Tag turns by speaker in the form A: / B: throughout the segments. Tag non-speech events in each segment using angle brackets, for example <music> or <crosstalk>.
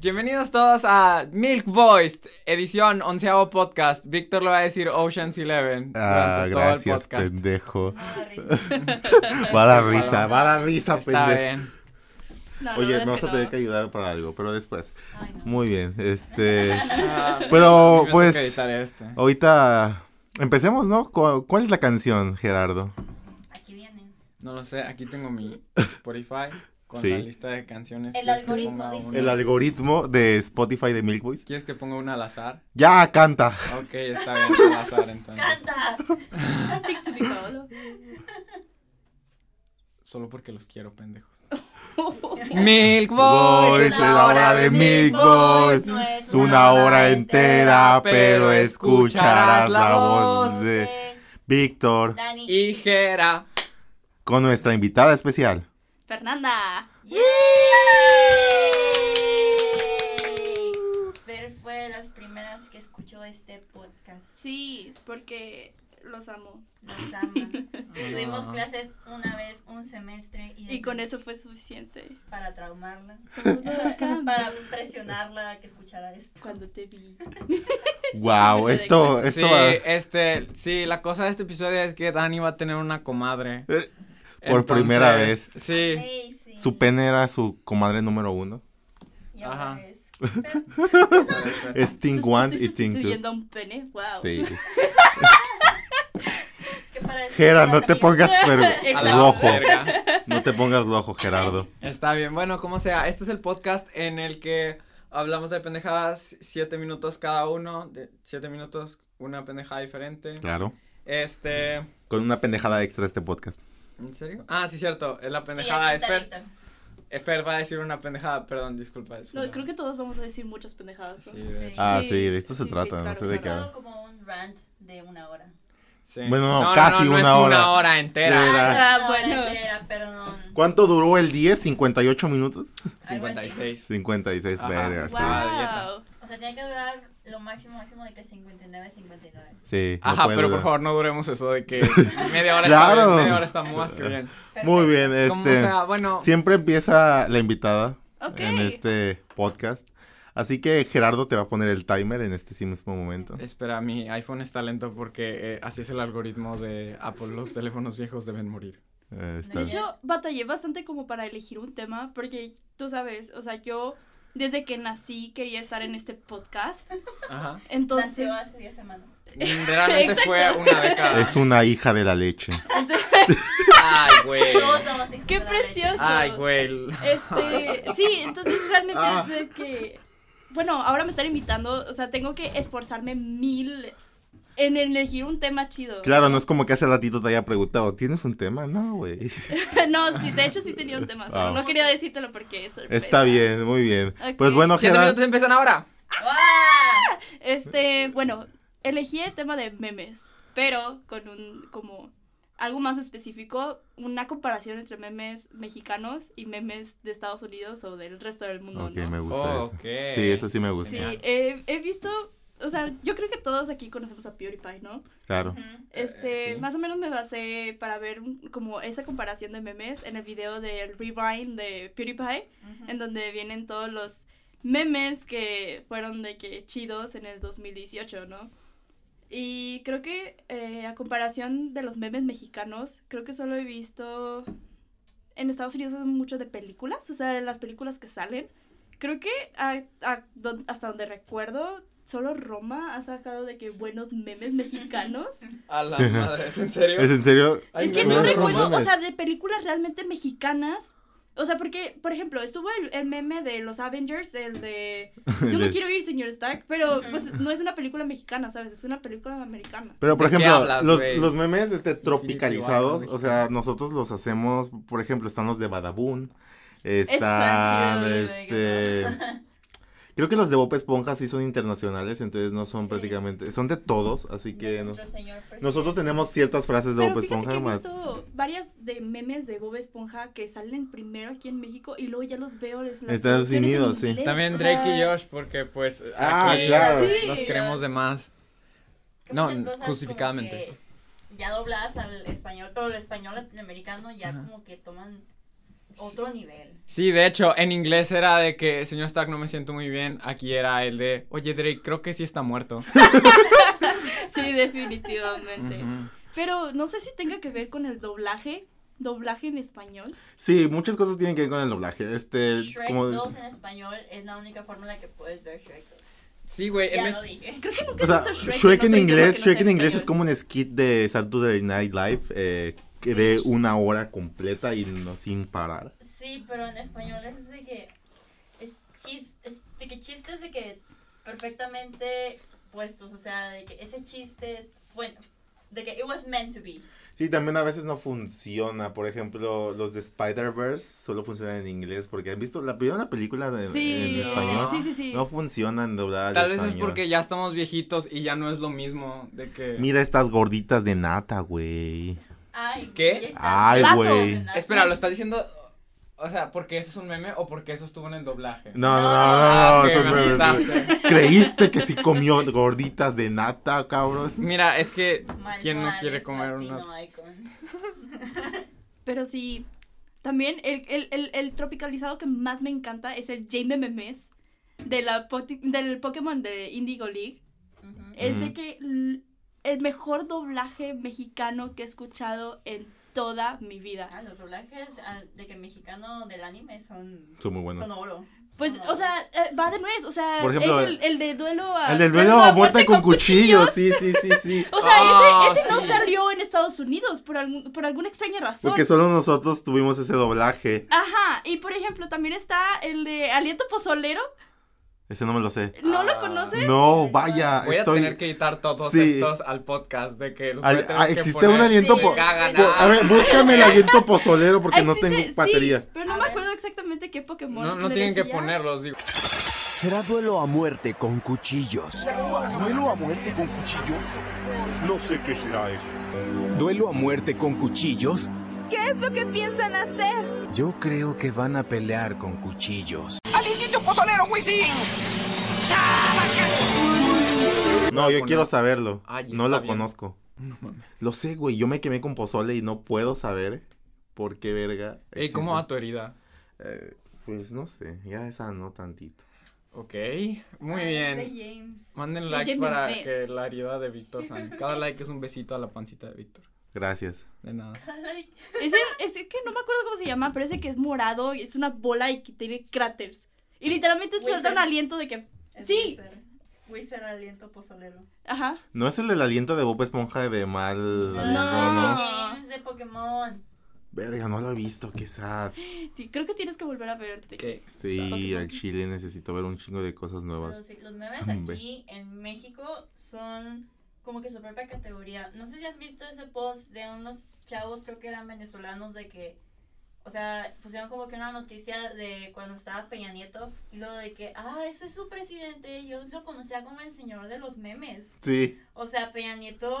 A: Bienvenidos todos a Milk Boys, edición onceavo podcast. Víctor le va a decir Ocean's Eleven.
B: Ah,
A: durante todo el
B: gracias,
A: podcast. <laughs>
B: pendejo.
C: Ah,
B: <laughs> Va a
A: Está
B: dar
A: bien,
B: risa,
A: Paloma.
B: va a dar risa,
A: Está
B: pendejo.
A: bien.
C: No,
B: Oye,
C: la
B: me vas a
C: verdad
B: tener
C: es
B: que
C: que
B: ayudar para algo, pero después.
C: no. Ay, no.
B: Muy bien, este.
A: Ah,
B: <laughs> Pero,
A: tengo que
B: pues,
A: editar este.
B: Ahorita empecemos, ¿no? ¿Cu- ¿Cuál es la canción, Gerardo?
C: Aquí viene.
A: No lo sé, aquí tengo mi Spotify con
B: Sí.
A: la lista de canciones.
C: El
A: ¿Quieres que
C: algoritmo
A: ponga
C: dice.
A: una?
B: El algoritmo de Spotify de Milk Boys.
A: ¿Quieres que ponga una al azar?
B: Ya canta.
A: Ok, está bien, al azar entonces.
C: ¡Canta!
D: Stick to me, Paolo.
A: Solo porque los quiero,
C: <laughs>
A: pendejos. Milk Boys,
B: Boys, es la hora de Milk Boys.
C: No
B: Es una hora entera, pero escucharás la voz de
C: de
B: Víctor
C: Eh, Dani.
A: y Jera.
B: con nuestra invitada <laughs> especial.
D: Fernanda.
C: Yay. Fer fue de las primeras que escuchó este podcast.
D: Sí, porque los amo. <laughs>
B: <laughs>
C: Los ama. Tuvimos clases una vez, un semestre. Y,
D: Y
C: desde-
D: con eso fue suficiente.
C: Para traumarla.
D: <laughs> Todo cambia
C: <laughs> Para presionarla a que escuchara esto.
D: Cuando te vi.
B: Wow,
D: me
B: esto,
D: doy
B: esto.
A: sí,
B: va-
A: este, sí, la cosa de este episodio es que Dani va a tener una comadre.
B: Eh, por primera vez.
A: Sí.
C: Ey, sí.
B: Su pene era su comadre número uno.
C: Y ahora
A: Ajá.
C: es Fer.
B: Sting
D: Sus-
B: One
D: estoy
B: y Sting Two.
D: sustituyendo a un pene. Wow.
B: Sí.
C: que para este eso
B: Gera,
C: las
B: no te
C: amigas-
D: <laughs>
B: pongas pero,
A: A la
B: rojo.
A: verga.
B: No te pongas rojo, Gerardo.
A: Está bien, bueno, como sea, este es el podcast en el que hablamos de pendejadas siete minutos cada uno, de siete minutos una pendejada diferente.
B: Claro.
A: Este,
B: Con una pendejada extra este podcast.
A: ¿en serio? Ah, sí, cierto, es la
C: Sí,
A: pendejada
C: aquí
A: es
C: está
A: Fer.
C: Víctor.
A: Eh, Fer va a decir una pendejada, perdón, disculpa. es
D: No,
A: una-
D: creo que todos vamos a decir muchas pendejadas. ¿no?
A: Sí, de hecho.
B: Ah, sí, de esto se
D: sí,
B: trata, no sé de qué
C: Solo como un rant de una hora.
A: Sí.
B: Bueno, no, casi
A: no, no
B: una
A: es
B: hora.
A: una hora entera.
B: Era-
D: Ah,
C: Una hora
D: bueno.
C: entera, perdón.
B: ¿Cuánto duró el 10? ¿58 minutos?
C: Algo así.
A: 56.
B: 56,
A: Ajá.
B: verga,
D: Wow.
A: Ah, dieta.
C: O sea, tiene que durar lo máximo, máximo de que 59, 59.
B: sí. Sí, no
A: Ajá,
B: puede
A: pero por
B: durar.
A: favor no duremos eso de
B: <laughs>
A: que media hora está
B: Claro.
A: bien, media hora está más que bien.
B: Muy bien,
A: Como
B: este.
A: sea, bueno,
B: Siempre empieza la invitada
D: Ok.
B: en este podcast. Así que Gerardo te va a poner el timer en este sí mismo momento.
A: espera, mi iPhone está lento porque eh, así es el algoritmo de Apple, los teléfonos viejos deben morir.
B: Eh, está
D: De
B: bien.
D: hecho, batallé bastante como para elegir un tema, porque tú sabes, o sea, yo desde que nací quería estar en este podcast.
A: Ajá.
D: Entonces,
C: Nació
D: <laughs>
C: hace 10 semanas.
A: Realmente fue una década.
B: Es una hija de la leche.
A: Ay,
B: Eh,
A: güey.
C: Todos somos hijos
D: qué
C: de la leche.
D: precioso.
A: Ay, güey.
D: Este, sí, entonces realmente
B: Ah.
D: de que bueno, ahora me están invitando, o sea, tengo que esforzarme mil en elegir un tema chido.
B: Claro, no es como que hace ratito te haya preguntado, ¿tienes un tema? No, güey.
D: <laughs> no, sí, de hecho sí tenía un tema, ¿sabes?
B: Ah.
D: no quería decírtelo porque es sorpresa.
B: Está bien, muy bien.
D: Ok.
B: Pues bueno,
A: Siete
B: Gerardo.
A: minutos empiezan ahora.
C: ¡Guau!
D: Este, bueno, elegí el tema de memes, pero con un como algo más específico, una comparación entre memes mexicanos y memes de Estados Unidos o del resto del mundo,
B: Ok,
D: ¿no?
B: me gusta
A: Oh,
B: eso.
A: ok.
B: Sí, eso sí me gusta.
D: Sí,
A: Genial.
D: eh, he visto, o sea, yo creo que todos aquí conocemos a PewDiePie, ¿no?
B: Claro.
C: Ujú.
D: Este,
A: sí.
D: más o menos me basé para ver un- como esa comparación de memes en el video del Rewind de PewDiePie,
C: Ujú.
D: en donde vienen todos los memes que fueron de que chidos en el 2018, ¿no? Y creo que eh, a comparación de los memes mexicanos, creo que solo he visto en Estados Unidos es mucho de películas, o sea, de las películas que salen. Creo que a- a don- hasta donde recuerdo, solo Roma ha sacado de que buenos memes <laughs> mexicanos.
A: A la madre, ¿es en serio?
B: ¿Es en serio?
A: Ay,
D: es que
A: güey.
D: no
B: memes
D: recuerdo, o
B: romanos.
D: sea, de películas realmente mexicanas. O sea, porque, por ejemplo, estuvo el, el meme de los Avengers,
B: <laughs>
D: el de Yo me
B: De-
D: quiero ir, señor Stark, pero pues no es una película mexicana, ¿sabes? Es una película americana.
B: Pero por
A: ¿De qué
B: ejemplo,
A: hablas,
B: los,
A: güey?
B: los memes
A: Infinity
B: este,
A: War,
B: tropicalizados,
A: México.
B: o sea, nosotros los hacemos, por ejemplo, están los de Badabun,
D: Están
B: están,
D: chidos,
B: este... Creo que los de Bob Esponja sí son internacionales, entonces no son
C: Sí.
B: prácticamente, son de todos, así que no-
C: Nuestro señor presidente.
B: nosotros tenemos ciertas frases de
D: Pero
B: Bob
D: fíjate que
B: Esponja.
D: he
B: más-
D: visto varias de memes de Bob Esponja que salen primero aquí en México y luego ya los veo en las
B: Estados
D: traducciones en
B: Unidos, sí.
D: inglés,
A: También
D: o sea,
A: Drake y Josh, porque pues
B: Ah,
A: aquí
B: claro.
D: Sí.
A: nos creemos de más.
C: Que
A: No,
C: muchas cosas como
A: justificadamente.
C: que Ya dobladas al español, pero el español latinoamericano ya
A: Ajá.
C: como que toman otro nivel.
A: Sí, de hecho, en inglés era de que, señor Stark, no me siento muy bien. Aquí era el de, oye, Drake, creo que sí está
C: <laughs>
A: muerto.
D: Sí, definitivamente.
A: Ujú.
D: Pero no sé si tenga que ver con el doblaje. Doblaje en español.
B: Sí, muchas cosas tienen que ver con el doblaje. Este,
C: Shrek
B: como,
C: 2 en español es la única forma en la que puedes ver Shrek 2.
A: Sí, güey. en
C: Ya
A: Eh, me-
C: lo dije.
D: Creo que nunca
B: o sea,
D: he visto
B: Shrek,
D: Shrek.
B: en
D: otro idioma
B: inglés,
D: que no
B: Shrek
D: sea
B: en inglés es
D: español.
B: como un skit de Saturday Night Live eh, que de una hora completa y no sin parar.
C: Sí, pero en español es de que. Es, chis, es de que chistes de que perfectamente puestos. O sea, de que ese chiste es. Bueno, de que it was meant to be.
B: Sí, también a veces no funciona. Por ejemplo, los de Spider-Verse solo funcionan en inglés porque han visto la primera película de-
D: Sí,
B: en español.
D: sí, sí, sí.
B: No funcionan dobladas. al
A: Tal vez es
B: español.
A: porque ya estamos viejitos y ya no es lo mismo de que...
B: Mira estas gorditas de nata, güey.
C: Ay,
A: ¿Qué?
C: ya está.
B: Ay,
D: Vato.
B: güey.
A: Espera, ¿lo estás diciendo, o sea, porque eso es un meme o porque eso estuvo en el doblaje?
B: No, no, no,
A: Ah,
B: no, no,
A: ok,
B: eso
A: me
B: no es-
A: asustaste.
B: ¿Creíste que sí comió gorditas de nata, cabrón?
A: Mira, es que,
C: Mal,
A: ¿quién no
C: mal,
A: quiere
C: es
A: comer
C: Latino
A: unas...?
C: icon.
D: Pero sí. También el, el, el, el tropicalizado que más me encanta es el Jaime Memes de la poti- del Pokémon de Indigo League.
C: Ujú.
D: Es de
B: Ujú.
D: que l- el mejor doblaje mexicano que he escuchado en toda mi vida.
C: Ah, los doblajes ah, de que mexicano del anime son.
B: Son muy buenos.
C: Son oro.
D: Pues,
C: Son
D: o
C: oro.
D: sea, eh, va de nuez, o sea,
B: Por ejemplo,
D: es el, el de duelo a...
B: El del duelo
D: a
B: a muerte con cuchillo, sí, sí, sí, sí.
D: O sea,
A: Ah,
D: ese, ese no
A: sí.
D: salió en Estados Unidos por, algún- por alguna extraña razón.
B: Porque solo nosotros tuvimos ese doblaje.
D: Ajá, y por ejemplo, también está el de Aliento Pozolero.
B: Ese no me lo sé.
D: ¿No
A: Ah.
D: lo conoces?
B: No, vaya,
A: Voy
B: estoy.
A: a tener que editar todos
B: Sí.
A: estos al podcast de que los voy a
B: Al-
A: tener
B: ah,
A: que
B: existe
A: poner.
B: un aliento
C: Sí,
B: po-
C: me cagan,
B: po-
C: ah.
B: A ver, búscame el aliento pozolero porque no
D: Existe-
B: tengo
D: sí,
B: batería.
D: pero no
C: A
D: me
C: ver.
D: acuerdo exactamente qué Pokémon.
A: No, no
D: le
A: tienen que
D: decía.
A: ponerlos, digo.
E: ¿Será duelo a muerte con cuchillos?
F: ¿Duelo a muerte con cuchillos? No sé qué será eso.
E: ¿Duelo a muerte con cuchillos? ¿Qué es lo que piensan hacer? Yo creo que van a pelear con cuchillos.
B: No, yo
A: poner.
B: quiero saberlo.
A: Ay,
B: No
A: está
B: lo
A: bien.
B: conozco. Lo sé, güey. Yo me quemé con pozole y no puedo saber por qué verga.
A: Ey, ¿cómo va
B: existe.
A: tu herida?
B: Eh, pues no sé, ya esa no tantito.
A: Ok, muy
C: Ah,
A: bien.
C: es de James. <laughs>
A: Manden
D: Y
A: likes
D: Jamie
A: para
D: Mes.
A: que la herida de Víctor sane. Cada like es un besito a la pancita de Víctor.
B: Gracias.
A: De nada.
C: Ay,
D: Ese, ese que no me acuerdo cómo se llama, pero ese que es morado y es una bola y que tiene cráteres. Y literalmente
C: Wizard.
D: suelta un aliento de que.
C: es
D: Sí.
C: Wizard. Wizard aliento pozolero.
D: Ajá.
B: ¿No es el del aliento de Bob Esponja de mal
D: No.
B: aliento, no?
C: James de Pokémon.
B: Verga, no lo he visto, qué sad.
D: Sí, Creo que tienes que volver a verte.
A: Ok.
B: Sí,
D: Pokémon.
B: al chile necesito ver un chingo de cosas
C: Pero
B: nuevas.
C: sí, los memes
B: Hombre.
C: aquí en México son como que su propia categoría. No sé si has visto ese post de unos chavos, creo que eran venezolanos, de que, o sea, pusieron como que una noticia de cuando estaba Peña Nieto y lo de que, ah, ese es su presidente, yo lo conocía como el señor de los memes.
B: Sí,
C: O sea, Peña Nieto,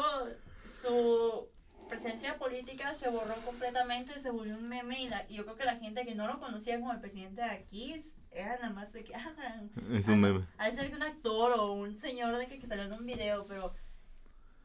C: su presencia política se borró completamente, se volvió un meme y, la- y yo creo que la gente que no lo conocía como el presidente de aquí era nada más de que, ah,
B: es un meme.
C: ha de ser que un actor o un señor de que, que salió en un video, pero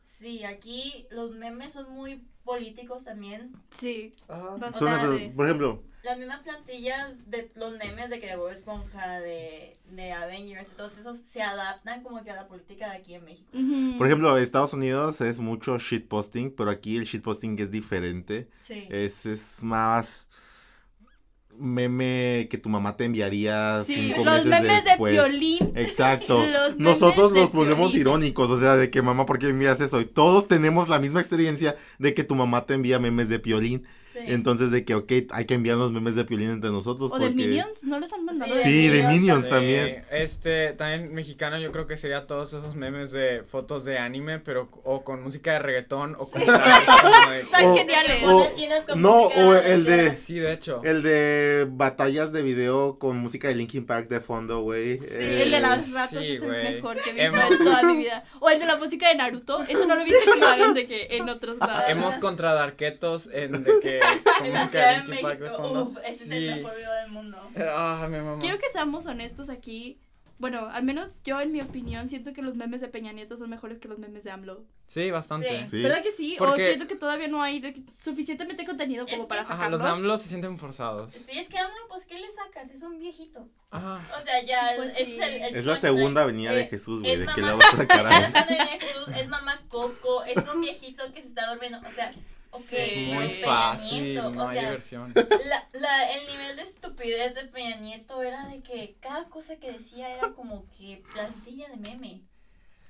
C: sí, aquí los memes son muy políticos también.
D: Sí.
E: Ah.
C: O
B: Suena,
C: sea,
B: pero,
D: sí.
B: por ejemplo,
C: Las mismas plantillas de los memes de que de Bob Esponja, de, de Avengers, todos esos se adaptan como que a la política de aquí en México.
D: Ujú.
B: por ejemplo, Estados Unidos es mucho shitposting, pero aquí el shitposting es diferente.
C: Sí.
B: Es, es más meme que tu mamá te enviaría
D: Sí,
B: cinco
D: los
B: meses
D: memes
B: después.
D: de violín.
B: Exacto.
D: <laughs> Los memes
B: Nosotros
D: de
B: los ponemos
D: Piolín.
B: irónicos, o sea, de que mamá, ¿por qué envías eso? Y todos tenemos la misma experiencia de que tu mamá te envía memes de piolín.
C: sí.
B: Entonces, de que, ok, hay que enviarnos memes de piolín entre nosotros.
D: O de
B: porque-
D: Minions, ¿no les han mandado?
C: Sí,
D: de
B: Sí, de
C: Minions
B: Minions
A: Eh,
B: Pues también.
A: este, también mexicano, yo creo que sería todos esos memes de fotos de anime, pero o con música de reggaetón o con.
C: Sí.
A: como
C: <laughs>
A: de-
D: Están
B: O-
D: geniales.
B: o-
C: Unas chinas con
B: no,
C: música
B: o el de-
A: Sí, de hecho.
B: El de batallas de video con música de Linkin Park de fondo, güey. Eh,
C: Sí,
D: El de las ratas
A: Sí,
D: es el
A: güey.
D: mejor que he
A: Em-
D: visto en toda mi vida. O el de la música de Naruto. Eso no lo he visto que lo hagan de que en otros lados.
A: Hemos contra Darquetos en de
C: <laughs>
A: que. con
C: En
A: música
C: la
A: de
C: Ciudad de
A: Linkin Park de
C: México.
A: fondo.
C: Uf, ese es
A: Sí.
C: el mejor video del mundo.
A: Ah, mi mamá.
D: Quiero que seamos honestos aquí. Bueno, al menos yo en mi opinión siento que los memes de Peña Nieto son mejores que los memes de AMLO.
A: Sí, bastante.
B: Sí.
D: ¿Verdad que sí? O
A: Porque-
D: siento que todavía no hay de- suficientemente contenido como
C: Es
D: para
C: que-
A: Ajá,
D: sacarlos.
A: los AMLO se sienten forzados.
C: Sí, es que AMLO, pues, ¿qué le sacas? Es un viejito.
A: Ajá.
C: O sea, ya
D: Pues
C: es
D: sí.
C: el, el
B: Es la
C: punchline.
B: segunda venida de
C: Eh,
B: Jesús, güey,
C: es
B: de que
C: mamá-
B: la vas a sacar
D: <laughs>
B: a
C: Es la segunda venida de Jesús, es mamá Coco, es un viejito que se está durmiendo. O sea, ok,
D: Sí.
A: Es
D: Eh,
A: muy
C: pero Peña
A: fácil,
C: Nieto,
A: no
C: o
A: hay
C: sea, <laughs>
A: diversión.
C: la- la- el nivel de estupidez de Peña Nieto era de que cada cosa que decía era como que plantilla de meme.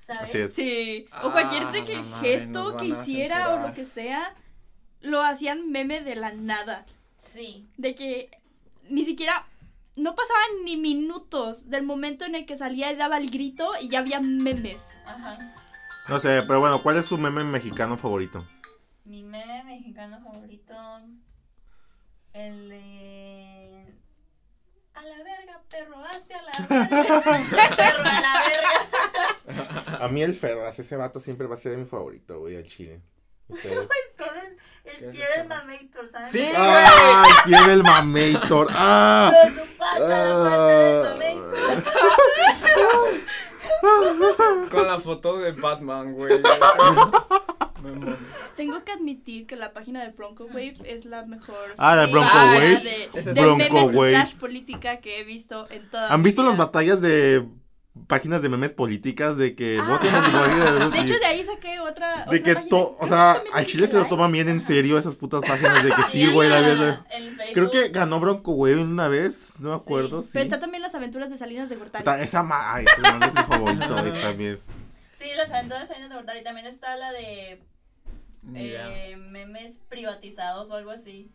C: ¿Sabes?
B: Así es.
D: Sí, o
A: Ah,
D: cualquier de que
A: la madre,
D: gesto
A: nos
D: que
A: van a
D: hiciera o lo
A: censurar.
D: que sea, lo hacían meme de la nada.
C: Sí.
D: De que ni siquiera, no pasaban ni minutos del momento en el que salía y daba el grito y ya había memes.
C: Ajá.
B: No sé, pero bueno, ¿cuál es su meme mexicano favorito?
C: Mi meme mexicano favorito. El de. A la verga, perro, hazte a la
B: <laughs>
C: verga. perro, a la verga.
B: A mí el Ferraz, ese vato siempre va a ser mi favorito, güey, al chile. Ustedes.
C: Con el-
A: ¿Qué
C: El
A: es
C: pie
A: eso?
C: del mamator, ¿sabes?
A: Sí.
B: ¡Ay, pierde el mamator! ¡Ah!
C: Con su pata, la pata del mamator.
A: Con la foto de Batman,
C: <laughs>
A: güey. <laughs> Me morí.
D: Tengo que admitir que la página de Bronco Wave es la mejor.
B: Ah, la
D: sí,
B: Bronco
D: página
A: Wave.
D: De,
A: Ese
D: de
B: Bronco
D: memes
B: Wave.
D: slash política que he visto en toda
B: ¿Han
D: mi
B: visto
D: vida.
B: las batallas de páginas de mememes políticas de que
D: Ah.
B: voten por tu página
D: De hecho,
B: de-
D: de ahí saqué otra.
B: de
D: otra
B: que
D: página.
B: todo, o
D: Creo
B: sea,
D: que también
B: al
D: es
B: chile se lo
D: Live.
B: toman bien
D: ¿eh?
B: en serio esas putas páginas de que sí, güey, la verdad.
C: El
B: Creo
C: Facebook.
B: que ganó Bronco, güey, una vez, no me acuerdo, sí.
D: Pero está también las aventuras de Salinas de Gortari.
B: Ta- Esa ma... Ay, ese man es mi favorito, güey, también.
C: Sí, las aventuras de Salinas de Gortari. También está la de
A: Ni idea.
C: eh, memes privatizados o algo así.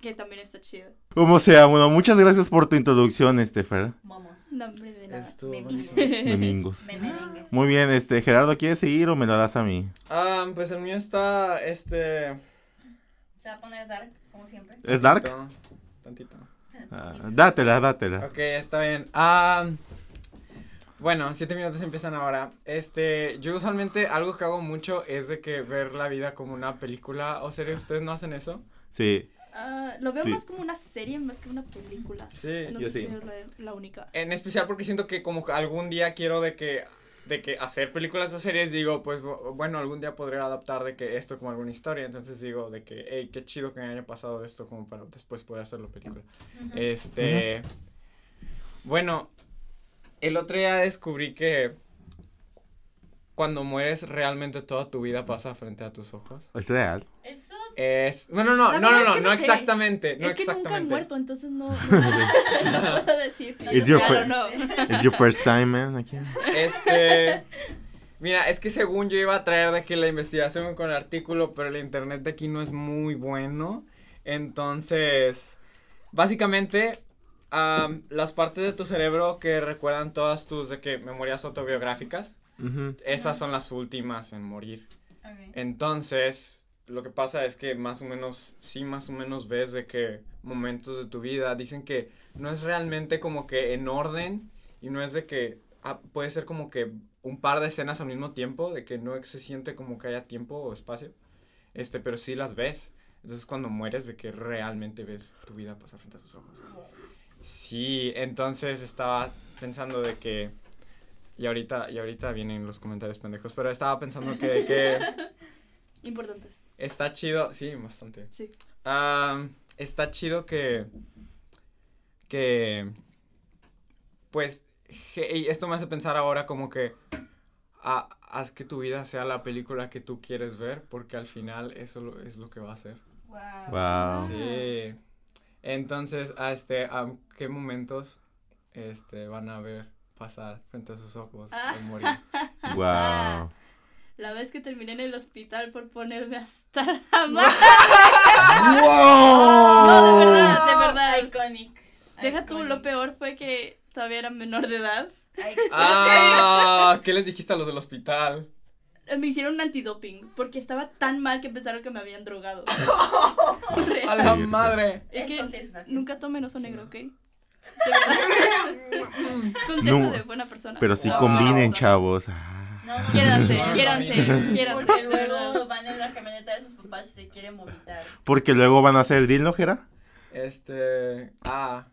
D: Que también está chido.
B: Como sea, bueno, muchas gracias por tu introducción, este,
D: <laughs>
B: Fer.
C: Vamos.
D: No, hombre, de nada.
A: Estuvo
C: Me
A: buenísimo.
C: vine.
D: <laughs>
B: Domingos.
C: Memerengues.
B: Muy bien, este, Gerardo, ¿quieres seguir o me lo das a mí?
A: Ah, pues el mío está, este...
C: Se va a poner dark, como siempre.
B: ¿Es Dark?
A: Tantito. tantito.
B: Ah, dátela, dátela.
A: Ok, está bien. Ah, bueno, siete minutos empiezan ahora. Este, yo usualmente algo que hago mucho es de que ver la vida como una película o serie. ¿Ustedes no hacen eso?
B: Sí.
D: Ah, lo veo
B: Sí.
D: más como una serie más que una película.
A: Sí.
D: No
B: yo
D: sé si
B: sí.
D: soy la, la única.
A: En especial porque siento que como que algún día quiero de que de que hacer películas o series digo, pues bu- bueno, algún día podré adaptar de que esto como alguna historia, entonces digo de que, hey, qué chido que me haya pasado esto como para después poder hacerlo película.
C: Ujú.
B: Eh,
A: Este. Bueno, el otro día descubrí que cuando mueres realmente toda tu vida pasa frente a tus ojos.
B: ¿Es real?
C: Eso.
B: eh,
A: Es. No, no, no,
D: La
A: no,
D: verdad
A: no,
D: es
A: no,
D: que
A: no
D: no sé.
A: exactamente. No
D: es que nunca han
A: exactamente.
D: muerto,
A: <laughs>
D: entonces no, no, no puedo decir si
B: It's
D: es
B: your
D: real o
B: fir-
D: no.
B: ¿Es your first time, man? Aquí.
A: Este. Mira, es que según yo iba a traer de que la investigación con el artículo, pero el internet de aquí no es muy bueno. Entonces, básicamente, am, las partes de tu cerebro que recuerdan todas tus de que memorias autobiográficas,
B: Ujú.
A: esas son las últimas en morir.
C: <laughs>
B: Eh,
C: Ok.
A: Entonces, lo que pasa es que más o menos, sí, más o menos ves de que momentos de tu vida dicen que no es realmente como que en orden y no es de que ah, puede ser como que un par de escenas al mismo tiempo, de que no se siente como que haya tiempo o espacio, este, pero sí las ves. Entonces, cuando mueres, de que realmente ves tu vida pasar frente a tus ojos. Sí, entonces estaba pensando de que. Y ahorita, y ahorita vienen los comentarios pendejos, pero estaba pensando que, que
D: Importantes,
A: está chido. Sí, bastante.
D: sí.
A: Ah, está chido que. Que. Pues. je- y esto me hace pensar ahora como que. ah, haz que tu vida sea la película que tú quieres ver, porque al final eso lo- es lo que va a ser.
C: Wow.
B: Wow.
A: Sí. Entonces, a este, ¿a qué momentos este, van a ver pasar frente a sus ojos
D: Ah.
A: al morir?
B: Wow.
D: La vez que terminé en el hospital por ponerme hasta la madre. No, de verdad, de verdad.
C: Oh, Iconic.
D: Deja tú,
C: Iconic.
D: lo peor fue que todavía era menor de edad.
C: Iconic.
A: ¡Ah! ¿Qué les dijiste a los del hospital?
D: Eh, Me hicieron un antidoping porque estaba tan mal que pensaron que me
C: <laughs>
D: habían drogado.
A: ¡A
D: Real.
A: la madre!
D: Es que
C: Eso sí es una fiesta.
D: nunca tomen oso negro, ¿ok? De
A: <laughs>
D: verdad. Consejo
B: No,
D: de buena persona.
B: Pero sí
A: Wow.
B: combinen, chavos. Ah.
C: No, no,
B: <laughs>
D: Quiéranse,
A: No, no,
D: quiéranse,
A: no.
D: quiéranse.
C: Porque
D: de verdad.
C: luego van en la camioneta de sus papás y se quieren vomitar.
B: Porque luego van a hacer deal, ¿no, Jera? <laughs>
A: Este. Ah.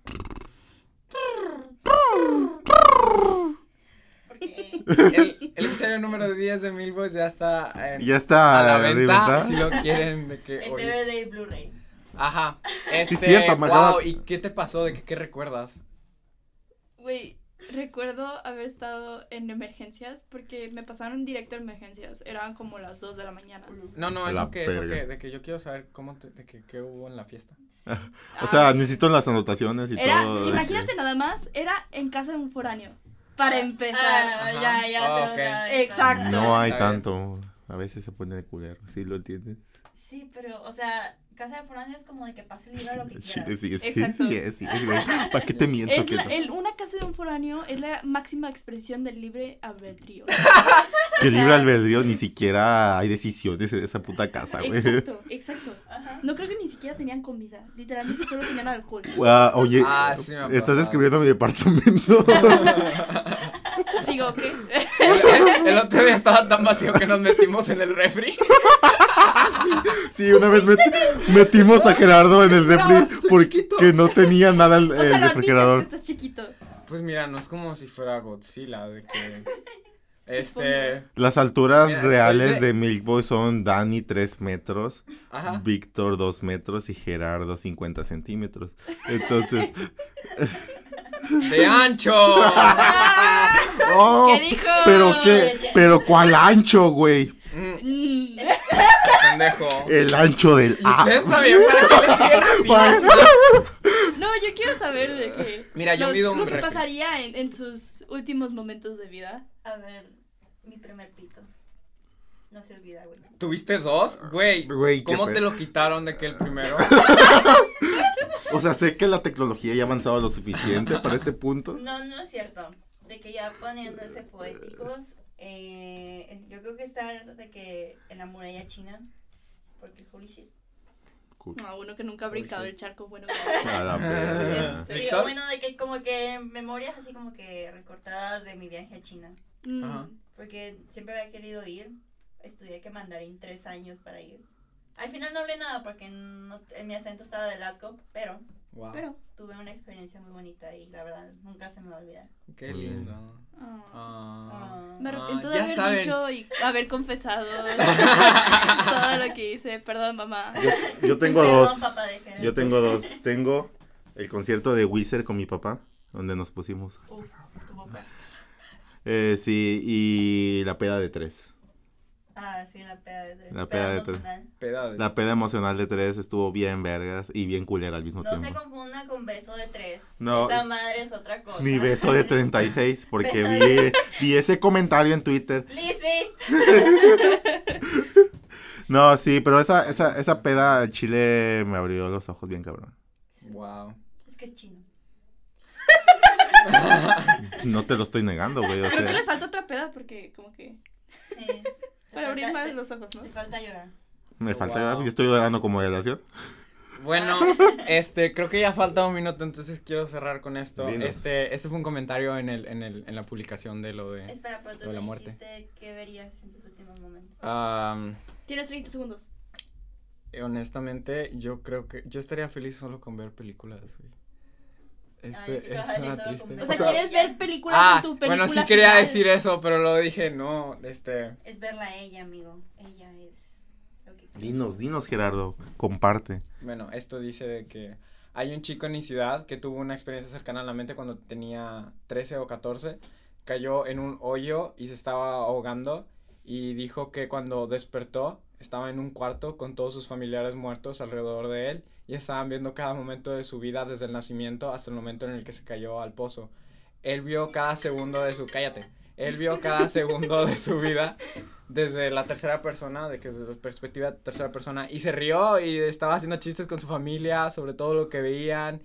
A: el, el episodio número 10 de Milboys ya está en-
B: Ya está
A: a la
B: de
A: venta.
B: venta.
A: Si lo quieren, de que.
C: En
A: oye,
C: DVD y Blu-ray.
A: Ajá. Este,
B: cierto, me acaba-
A: wow, ¿y qué te pasó? ¿De qué, qué recuerdas?
D: Güey, recuerdo haber estado en emergencias porque me pasaron directo a emergencias. Eran como las 2 de la mañana.
A: No, no,
B: La
A: eso que, eso
B: verga.
A: que, de que yo quiero saber cómo te- de que, qué hubo en la fiesta. <laughs>
B: O sea,
D: Ah,
B: necesito las anotaciones y
D: era,
B: todo. este, de
D: imagínate nada más, era en casa de un foráneo. Para empezar.
C: Ah,
A: Ajá.
C: ya, ya.
A: Ah,
C: sé dónde
A: ok.
C: va esto.
B: que
D: Exacto.
B: No hay
A: Está bien.
B: tanto. A veces se pone de culero, ¿sí lo entiendes?
C: Sí, pero, o sea, Casa de Foráneo es como de que pase el libro lo que
B: Chile,
C: quieras.
B: sí, sí,
D: Exacto.
B: sí, es, sí, es, güey. ¿Para qué te miento?
D: Es
B: que
D: la-
B: no?
D: el- una casa de un foráneo es la máxima expresión del libre albedrío.
B: Que
D: <laughs> o sea-
B: libre albedrío ni siquiera hay decisiones en esa puta casa, Ah, güey.
D: Exacto, exacto.
C: Ajá.
D: No creo que ni siquiera tenían comida. Literalmente solo tenían alcohol.
B: <laughs> Ah, oye,
A: Ah, sí me ha
B: estás
A: pasado.
B: describiendo mi
D: <laughs>
B: departamento.
D: Digo, ¿qué? <laughs>
A: El, el otro día estaba tan vacío que nos metimos en el refri.
B: Sí, una vez met- metimos a Gerardo en el
A: Estabas
B: refri
A: tú
B: porque
A: chiquito.
B: no tenía nada el,
D: <laughs> O
B: el
D: sea, lo admites que
B: refrigerador.
D: estás chiquito.
A: Pues mira, no es como si fuera Godzilla, de que. Este.
B: Las alturas
A: Mira,
B: reales
A: estoy
B: de Milk Boy son Dani 3 metros,
A: Ajá.
B: Víctor 2 metros y Gerardo 50
D: <laughs>
B: centímetros. Entonces,
A: ¡De
B: <laughs>
A: ancho!
B: ¡oh!
D: ¿Qué dijo?
B: ¿Pero qué? ¿Pero cuál ancho, güey?
A: Mm,
D: Mm,
A: pendejo.
B: El ancho del
A: ¿Y
B: A.
A: ustedes también? ¿Para
B: <laughs>
A: qué les siguen así?
D: no, yo quiero saber de qué.
A: Mira, yo
D: los-
A: mido un
D: Lo que
A: refri.
D: pasaría en, en sus últimos momentos de vida.
C: A ver, mi primer pito. No se olvida, güey.
A: ¿Tuviste dos? Güey,
B: Güey, qué
A: ¿cómo
B: pe-
A: te lo quitaron de aquel
B: <laughs>
A: primero?
B: O sea, sé que la tecnología ya ha avanzado lo suficiente para este punto.
C: No, no es cierto. De que ya poniéndose poéticos, eh, yo creo que estar de que en la muralla china, porque holy shit.
D: No, uno que nunca ha brincado
A: sí.
D: el charco, bueno.
B: A la verga.
D: Este,
C: Sí,
A: ¿Víctor?
C: bueno, de que como que memorias así como que recortadas de mi viaje a China,
D: mm,
A: Ajá.
C: porque siempre había querido ir. Estudié que mandarín tres años para ir. Al final no hablé nada porque no- eh, mi acento estaba de asco, pero
A: Wow,
D: Pero,
C: tuve una experiencia muy bonita y la verdad nunca se me va a olvidar.
A: qué lindo.
D: ah,
A: Ah.
D: me arrepiento
A: Ah,
D: de
A: ya
D: haber
A: saben.
D: dicho y
A: <laughs>
D: haber confesado todo lo que hice. Perdón, mamá.
B: Yo, yo tengo
C: Perdón,
B: dos.
C: papá de Gerardo.
B: Yo tengo dos. Tengo el concierto de Wizard con mi papá, donde nos pusimos.
C: Uf, tu papá.
B: Eh, sí, y la peda de tres.
C: Ah, sí, la peda de tres.
B: La peda de tres.
C: emocional.
A: Peda de-
B: La peda emocional de tres estuvo bien vergas y bien culera al mismo
C: No se
B: tiempo.
C: confunda con beso de tres.
B: No.
C: Esa madre es otra cosa.
B: Mi beso de 36, porque vi, vi ese comentario en Twitter.
C: <laughs> Lizzy.
B: No, sí, pero esa, esa, esa peda al chile me abrió los ojos bien cabrón.
A: Wow.
C: Es que es chino.
B: No te lo estoy negando, güey.
A: <laughs>
B: O
D: Creo que le
B: sea,
D: falta otra peda porque, como que.
C: Sí. Te
D: <laughs> Para abrir
C: falta-
D: más
C: te-
D: los ojos, ¿no?
C: Te falta llorar.
B: Eh. me falta.
A: Wow.
B: yo estoy llorando como relación.
A: Bueno, este, creo que ya falta un minuto, entonces quiero cerrar con esto.
B: Dinos.
A: Este, este fue un comentario en el, en el, en la publicación de lo de.
C: Espera, pero tú
A: Lo de la
C: me
A: muerte.
C: dijiste qué verías en tus últimos momentos.
A: Am,
D: Tienes 30 segundos.
A: honestamente, yo creo que yo estaría feliz solo con ver películas, güey.
C: Ay,
A: Este
C: ¿qué vas a
A: es
C: decir
A: una
C: solo con
A: triste.
D: O sea,
B: O sea-
D: ¿quieres ver películas
A: ah,
D: en tu película?
A: bueno, sí quería
D: final?
A: decir eso, pero lo dije, no, este,
C: Es verla a ella, amigo. Ella es lo que quiero.
B: Dinos, dinos, Gerardo. Comparte.
A: Bueno, esto dice de que hay un chico en mi ciudad que tuvo una experiencia cercana a la mente cuando tenía 13 o 14. Cayó en un hoyo y se estaba ahogando y dijo que cuando despertó estaba en un cuarto con todos sus familiares muertos alrededor de él y estaban viendo cada momento de su vida desde el nacimiento hasta el momento en el que se cayó al pozo. Él vio cada segundo de su... Cállate. Él vio cada segundo de su vida desde la tercera persona, de que desde la perspectiva de tercera persona, y se rió y estaba haciendo chistes con su familia sobre todo lo que veían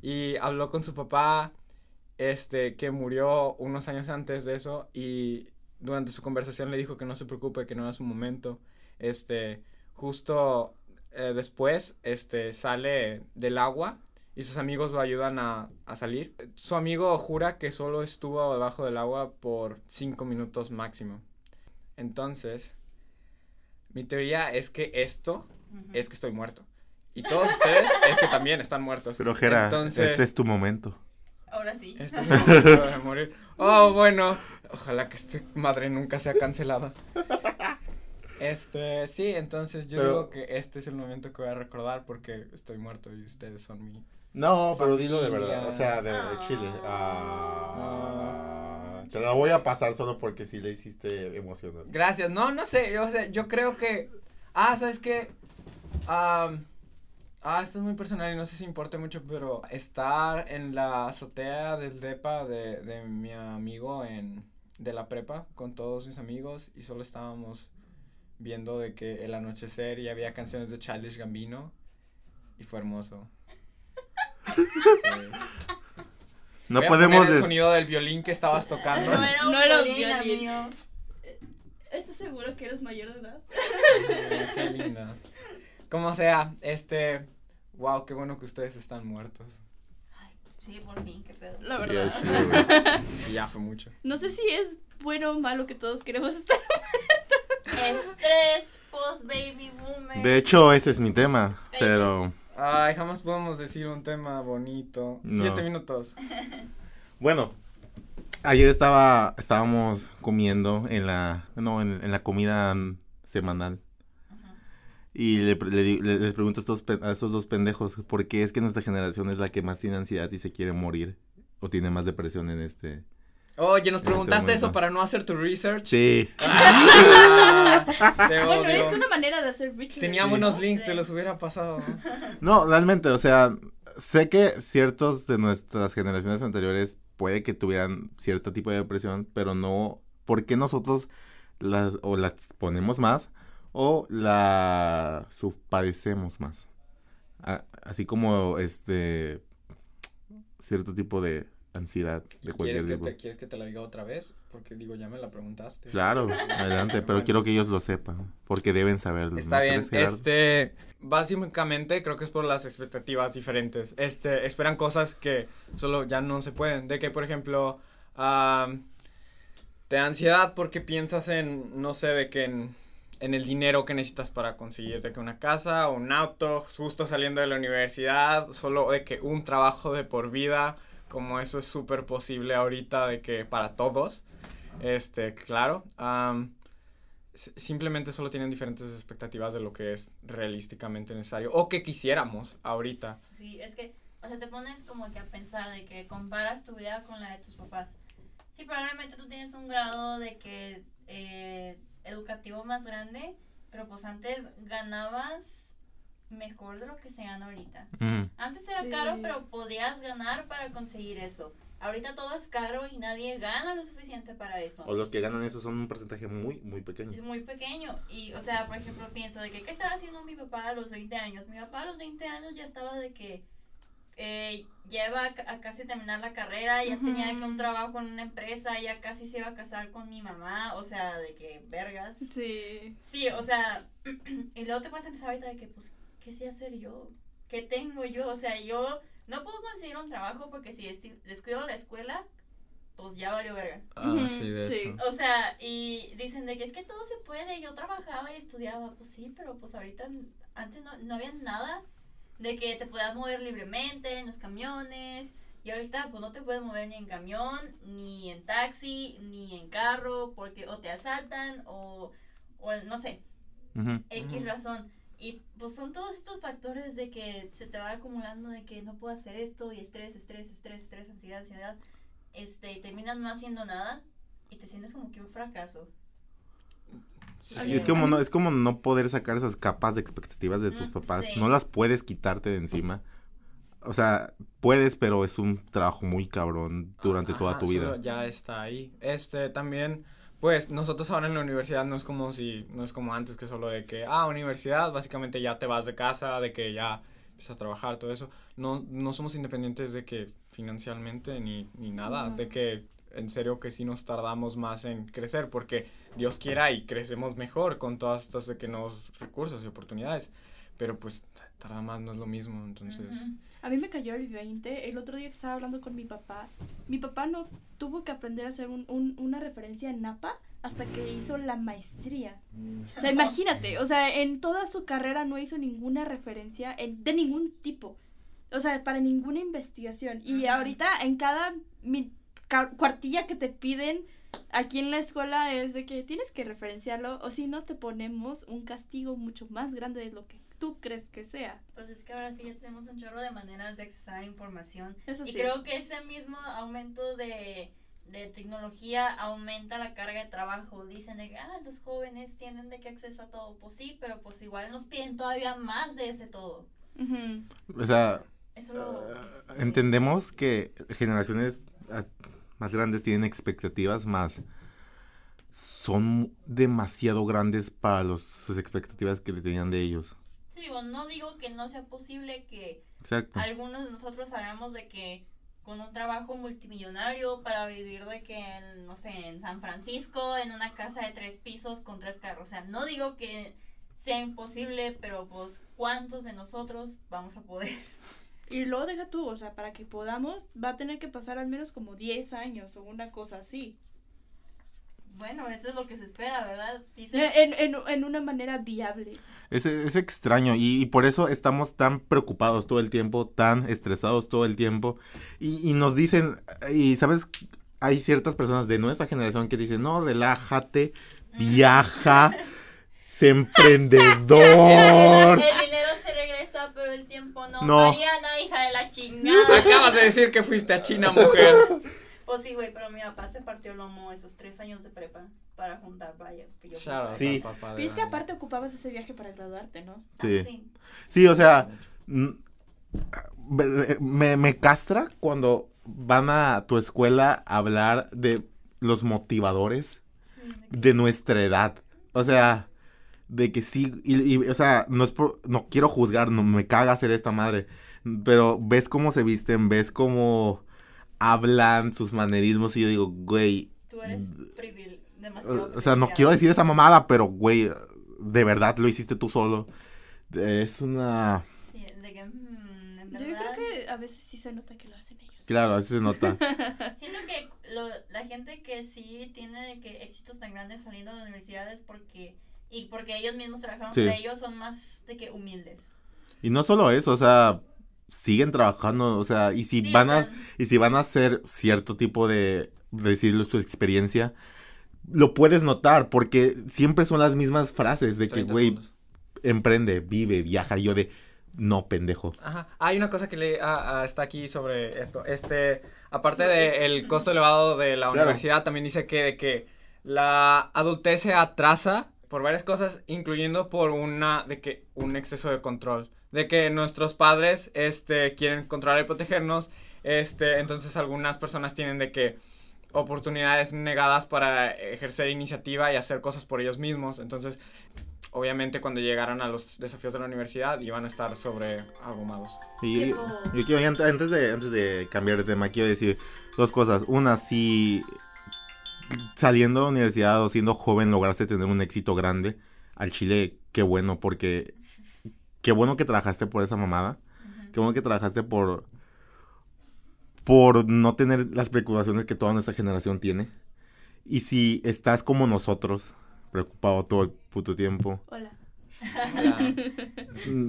A: y habló con su papá, este, que murió unos años antes de eso y durante su conversación le dijo que no se preocupe, que no era su momento, este, justo eh, después, este, sale del agua y sus amigos lo ayudan a, a salir. Su amigo jura que solo estuvo debajo del agua por cinco minutos máximo. Entonces, mi teoría es que esto
C: Ujú.
A: es que estoy muerto. Y todos ustedes es que también están muertos.
B: Pero este Gerardo,
A: Entonces,
B: este es tu momento.
C: <laughs> Ahora sí.
A: este es mi momento de morir. Oh, bueno, Ojalá que esta madre nunca sea cancelada. Este, sí, entonces yo
B: Pero-
A: digo que este es el momento que voy a recordar porque estoy muerto y ustedes son mi.
B: No, pero dilo de verdad. O sea, de, de
C: Ah.
B: Chile. Ah, te la voy a pasar solo porque sí le hiciste emocional.
A: Gracias. No, no sé. Yo, o sea, yo creo que. Ah, ¿sabes qué? Am, ah, esto es muy personal y no sé si importa mucho, pero estar en la azotea del DEPA de, de mi amigo en, de la prepa con todos mis amigos y solo estábamos viendo de que el anochecer y había canciones de Childish Gambino y fue hermoso. Sí.
B: No
A: Voy a
B: podemos
A: poner el
B: des-
A: sonido del violín que estabas tocando.
C: <laughs> No era un
D: No era un
C: violín,
D: violín.
C: amigo.
A: e-
D: ¿Estás seguro que eres mayor de edad?
A: Ay, <laughs> Qué linda. Como sea, este. Wow, qué bueno que ustedes están muertos.
C: Sí, por fin, qué pedo.
D: La
B: Sí,
D: verdad.
B: es chido, güey.
A: Sí, ya fue mucho.
D: <laughs> No sé si es bueno o malo que todos queremos estar.
C: Estrés post baby boomer.
B: De hecho, ese es mi tema. Pero
A: Ay, jamás podemos decir un tema bonito.
B: No.
A: Siete minutos.
B: bueno, ayer estaba estábamos comiendo en la no en, en la comida mm, semanal y le, pre- le di- le- les pregunto a estos pe- a estos dos pendejos por qué es que nuestra generación es la que más tiene ansiedad y se quiere morir o tiene más depresión en este.
A: Oye, nos
B: Este
A: preguntaste eso
B: momento.
A: para no hacer tu research.
B: Sí.
A: Ah, te
D: Bueno,
A: odio.
D: es una manera de hacer rich.
A: Tenía
B: Sí.
A: buenos
C: No
A: links, te
C: sé.
A: los hubiera pasado.
B: No, realmente, o sea, sé que ciertos de nuestras generaciones anteriores puede que tuvieran cierto tipo de depresión, pero no, ¿por qué nosotros las o las ponemos más o la subpadecemos más? A- así como este cierto tipo de ansiedad de
A: ¿Quieres
B: cualquier
A: que,
B: tipo.
A: te, ¿Quieres que te la diga otra vez? Porque digo, ya me la preguntaste.
B: <laughs> Claro, adelante, pero
A: Bueno.
B: quiero que ellos lo sepan, porque deben saberlo.
A: Está
B: ¿no
A: bien,
B: crees, Gerardo?
A: este, básicamente creo que es por las expectativas diferentes. Este, esperan cosas que solo ya no se pueden. De que, por ejemplo, am, te da ansiedad porque piensas en, no sé, de que en, en el dinero que necesitas para conseguir de que una casa, un auto, justo saliendo de la universidad, solo de que un trabajo de por vida, como eso es súper posible ahorita de que para todos. Este, claro. am, s- simplemente solo tienen diferentes expectativas de lo que es realísticamente necesario o que quisiéramos ahorita.
C: Sí, es que, o sea, te pones como que a pensar de que comparas tu vida con la de tus papás. Sí, probablemente tú tienes un grado de que eh, educativo más grande, pero pues antes ganabas mejor de lo que se gana ahorita.
B: Ujú.
C: Antes era
D: Sí.
C: caro, pero podías ganar para conseguir eso. Ahorita todo es caro y nadie gana lo suficiente para eso.
B: O los que ganan eso son un porcentaje muy, muy pequeño.
C: Es muy pequeño. Y, o sea, por ejemplo, pienso de que, ¿qué estaba haciendo mi papá a los 20 años? Mi papá a los 20 años ya estaba de que eh, ya iba a, ca- a casi terminar la carrera, ya tenía que un
D: Ujú.
C: trabajo en una empresa, ya casi se iba a casar con mi mamá, o sea, de que vergas.
D: Sí.
C: Sí, o sea, <clears throat> y luego te puedes empezar ahorita de que, pues, ¿qué sé hacer yo? ¿Qué tengo yo? O sea, yo no puedo conseguir un trabajo porque si desti- descuido la escuela, pues ya valió verga.
D: Ah, sí, de Sí. hecho.
C: O sea, y dicen de que es que todo se puede. Yo trabajaba y estudiaba, pues sí, pero pues ahorita n- antes no, no había nada de que te podías mover libremente en los camiones. Y ahorita pues no te puedes mover ni en camión, ni en taxi, ni en carro, porque o te asaltan o, o no sé,
B: Ujú.
C: X
A: Ujú.
C: razón. Y pues son todos estos factores de que se te va acumulando de que no puedo hacer esto y estrés, estrés, estrés, estrés, ansiedad, ansiedad. Este, y terminas no haciendo nada y te sientes como que un fracaso.
B: Sí, es como no, es como no poder sacar esas capas de expectativas de tus
C: Mm,
B: papás.
C: sí.
B: No las puedes quitarte de encima. O sea, puedes, pero es un trabajo muy cabrón durante toda
A: Ah, Ajá,
B: tu vida.
A: solo Ya está ahí. Este, también, pues, nosotros ahora en la universidad no es como si, no es como antes que solo de que, ah, universidad, básicamente ya te vas de casa, de que ya empiezas a trabajar, todo eso. No, no somos independientes de que financialmente ni, ni nada,
D: Ujú.
A: de que en serio que sí nos tardamos más en crecer, porque Dios quiera y crecemos mejor con todas estas de que nuevos recursos y oportunidades. Pero pues tarda más, no es lo mismo, entonces...
C: Ujú.
D: A mí me cayó el 20. El otro día que estaba hablando con mi papá, mi papá no tuvo que aprender a hacer un- un- una referencia en Napa hasta que hizo la maestría.
C: <laughs>
D: O sea, imagínate, o sea, en toda su carrera no hizo ninguna referencia en- de ningún tipo. O sea, para ninguna investigación. Y
C: Ajá.
D: ahorita en cada mi- ca- cuartilla que te piden aquí en la escuela es de que tienes que referenciarlo o si no te ponemos un castigo mucho más grande de lo que tú crees que sea.
C: Pues es que ahora sí ya tenemos un chorro de maneras de accesar información.
D: Eso
C: Y
D: sí.
C: creo que ese mismo aumento de, de tecnología aumenta la carga de trabajo. Dicen de que ah, los jóvenes tienen de qué acceso a todo. Pues sí, pero pues igual nos piden todavía más de ese todo.
D: Ujú.
B: O sea, eh,
C: Eso lo...
A: Ah,
C: este,
B: entendemos que generaciones ah, más grandes tienen expectativas más. Son demasiado grandes para los, sus expectativas que le tenían de ellos.
C: Sí, digo, no digo que no sea posible que
B: Exacto.
C: algunos de nosotros sabemos de que con un trabajo multimillonario para vivir de que, en, no sé, en San Francisco, en una casa de tres pisos con tres carros. O sea, no digo que sea imposible, pero pues ¿cuántos de nosotros vamos a poder? <laughs>
D: Y luego deja tú, o sea, para que podamos, va a tener que pasar al menos como 10 años o una cosa así.
C: Bueno, eso es lo que se espera, ¿verdad? Dice,
D: En, en, en una manera viable.
B: Es, es extraño y, y por eso estamos tan preocupados todo el tiempo, tan estresados todo el tiempo y, y nos dicen, y sabes, hay ciertas personas de nuestra generación que dicen, no, relájate,
C: mm, <laughs>
B: viaja, sé
C: <laughs>
B: emprendedor.
C: el dinero se regresa, pero el tiempo no.
B: No.
C: Mariana, hija de
A: <laughs>
C: la chingada.
A: Acabas de decir que fuiste a China, mujer.
C: Pues sí, güey, pero mi papá se partió el lomo esos tres años de prepa para juntar, vaya. que yo-
A: Shout out
B: Sí.
A: al papá de
D: Y es que
A: Dani.
D: aparte ocupabas ese viaje para graduarte, ¿no?
C: Ah,
B: Sí.
C: sí.
B: Sí, o sea, mm, me, me castra cuando van a tu escuela a hablar de los motivadores
C: Sí, de que-
B: de nuestra edad. O sea, de que sí, y, y, o sea, no es por, no quiero juzgar, no me caga ser esta madre, pero ves cómo se visten, ves cómo hablan sus manerismos y yo digo, güey,
C: Tú eres privil demasiado.
B: Mm. o, o sea, no
C: privilegiado.
B: quiero decir esa mamada, pero güey, de verdad lo hiciste tú solo. Es una,
C: Sí, de que, mm, en
D: Yo creo
C: verdad,
D: que a veces sí se nota que lo hacen ellos.
B: claro, así se
C: <laughs>
B: nota.
C: Siento que lo- la gente que sí tiene de que éxitos tan grandes saliendo de universidades porque. Y porque ellos mismos trabajaron
B: Sí.
C: por ellos son más de que humildes.
B: Y no solo eso, o sea, siguen trabajando, o sea, y si
C: Sí,
B: van
C: o
B: a
C: sea,
B: Y si van a hacer cierto tipo de decirles tu experiencia, lo puedes notar porque siempre son las mismas frases de que,
A: 30
B: güey,
A: segundos.
B: emprende, vive, viaja. Y yo de, no, pendejo.
A: Ajá. Hay una cosa que le, ah, ah, está aquí sobre esto. Este, aparte
C: Sobre
A: del costo elevado de la
B: Claro.
A: universidad, también dice que, de que la adultez se atrasa por varias cosas, incluyendo por una, de que un exceso de control. De que nuestros padres, este, quieren controlar y protegernos. Este, entonces algunas personas tienen de que oportunidades negadas para ejercer iniciativa y hacer cosas por ellos mismos. Entonces, obviamente cuando llegaron a los desafíos de la universidad iban a estar sobre abrumados.
B: Y
D: Tipo-
B: yo quiero, y an- antes de, antes de cambiar de tema, quiero decir dos cosas. Una, si saliendo de la universidad o siendo joven lograste tener un éxito grande al Chile, qué bueno, porque qué bueno que trabajaste por esa mamada.
C: ujú.
B: Qué bueno que trabajaste por. por no tener las preocupaciones que toda nuestra generación tiene. Y si estás como nosotros, preocupado todo el puto tiempo.
D: Hola.
B: mm,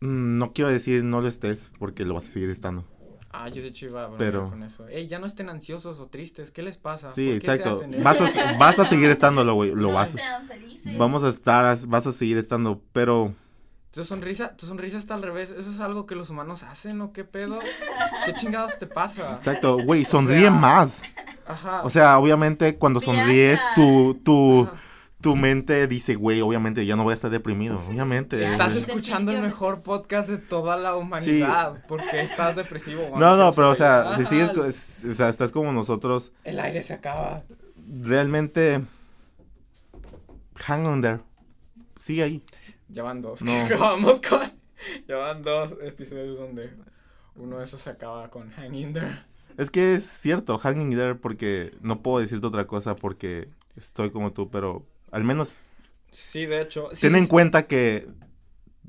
B: mm, No quiero decir no lo estés, porque lo vas a seguir estando.
A: Ah, yo de hecho iba a bromear
B: Pero-
A: con eso. Ey, ya no estén ansiosos o tristes, ¿qué les pasa?
B: Sí,
A: Ah, ¿Por qué se
B: exacto.
A: hacen eso?
B: Vas a, vas a seguir estándolo, güey. Lo
C: <laughs> No
B: vas a.
C: sean felices.
B: Vamos a estar, vas a seguir estando, pero.
A: Tu sonrisa, tu sonrisa está al revés, ¿eso es algo que los humanos hacen o qué pedo? ¿Qué chingados te pasa?
B: Exacto,
A: <laughs>
B: güey, sonríe
A: sea-
B: más.
A: Ajá.
B: O sea, obviamente cuando sonríes,
C: Viaja.
B: tu, tu,
A: Ajá.
B: tu mente dice, güey, obviamente ya no voy a estar deprimido. Obviamente.
A: Estás
B: güey".
A: escuchando el
D: Definitivamente.
A: mejor podcast de toda la humanidad porque estás depresivo. o
B: No, no,
A: ansioso,
B: pero o sea,
A: güey.
B: si sigues,
A: Ajá,
B: co- es- o sea, estás como nosotros.
A: El aire se acaba.
B: Realmente, hang on there. Sigue ahí.
A: Ya van dos.
B: No.
A: <laughs> Acabamos con. Ya van dos episodios donde uno de esos se acaba con Hanging There.
B: Es que es cierto, hang in there, porque no puedo decirte otra cosa porque estoy como tú, pero al menos
A: Sí, de hecho. Sí,
B: ten
A: sí,
B: en
A: sí.
B: cuenta que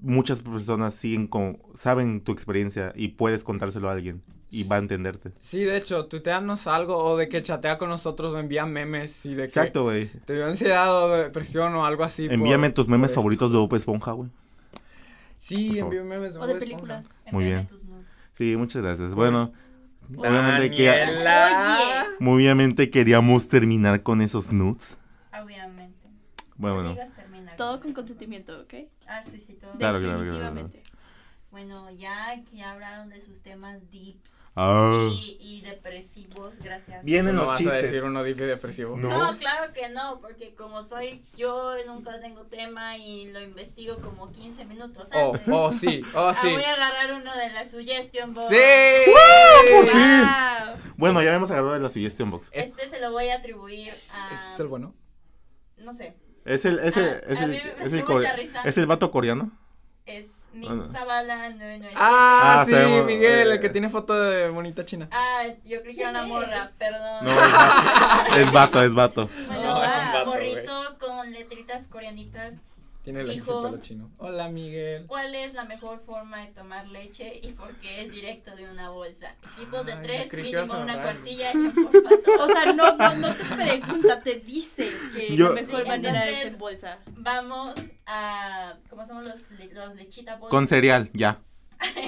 B: muchas personas siguen con, saben tu experiencia y puedes contárselo a alguien y va a entenderte.
A: Sí, de hecho, tuiteanos algo o de que chatea con nosotros o envía memes y de que
B: Exacto, güey.
A: te dio ansiedad o depresión o algo así. por-
B: Envíame tus memes
A: por esto.
B: favoritos de Bob Esponja, güey.
A: Sí,
B: Por favor.
A: envíame memes
D: O de
A: Bob Esponja.
D: películas.
B: Muy
C: Envíame
B: bien.
C: tus nudes.
B: Sí, muchas gracias. Bueno, Obviamente que,
A: Daniela.
B: obviamente queríamos terminar con esos nudes.
C: Obviamente.
B: Bueno,
C: No
B: bueno.
C: digas terminar
D: Todo con
C: esas cosas.
D: consentimiento, ¿ok?
C: Ah, sí, sí, todo.
B: Claro, claro, claro, claro.
D: Definitivamente.
C: Bueno, ya que ya hablaron de sus temas deeps
B: Ah.
C: y, y depresivos, gracias.
A: ¿Tú
B: Vienen
A: no
B: los
A: vas a
B: chistes.
A: decir uno deep y depresivo?
B: No.
C: No, claro que no, porque como soy yo, nunca tengo tema y lo investigo como 15 minutos
A: Oh,
C: antes.
A: oh, sí,
D: <laughs>
A: oh,
C: Ah,
A: sí.
C: voy a agarrar uno de la suggestion box.
A: ¡Sí!
B: por fin.
D: Wow.
B: Bueno, ya habíamos agarrado de la suggestion box.
C: Este se lo voy a atribuir a...
A: Este ¿Es el bueno?
C: No sé,
B: Es el, es el,
C: Ah,
B: es
C: a
B: el,
C: mí me
B: es el,
C: dio
B: core-
C: mucha risa.
B: es el vato coreano.
C: es
B: Ah, no.
C: Min Zavala 997.
A: Ah,
B: Ah,
A: sí,
B: sabemos,
A: Miguel, el
B: eh.
A: que tiene foto de bonita china.
C: Ah, yo creí que era una
D: ¿Quién
C: morra, perdón.
B: No, es vato, es vato, es vato.
C: <laughs> Bueno,
D: No, es
C: ah,
D: un vato,
C: morrito con letritas coreanitas.
A: Tiene el
C: Hijo.
A: pelo chino. Hola, Miguel.
C: ¿Cuál es la mejor forma de tomar leche y por qué es directo de una bolsa? Equipos de
A: Ay,
C: tres,
A: creí que ibas
C: mínimo
A: a
C: una
A: hablar.
C: cuartilla y un porfato.
D: O sea, no, no, no te pregunta, te dice que
B: Yo-
D: la mejor
C: Sí,
D: manera es
C: entonces-
D: en bolsa.
C: Vamos a. ¿Cómo somos los, le- los lechita boys? <laughs>
B: Con cereal, ya.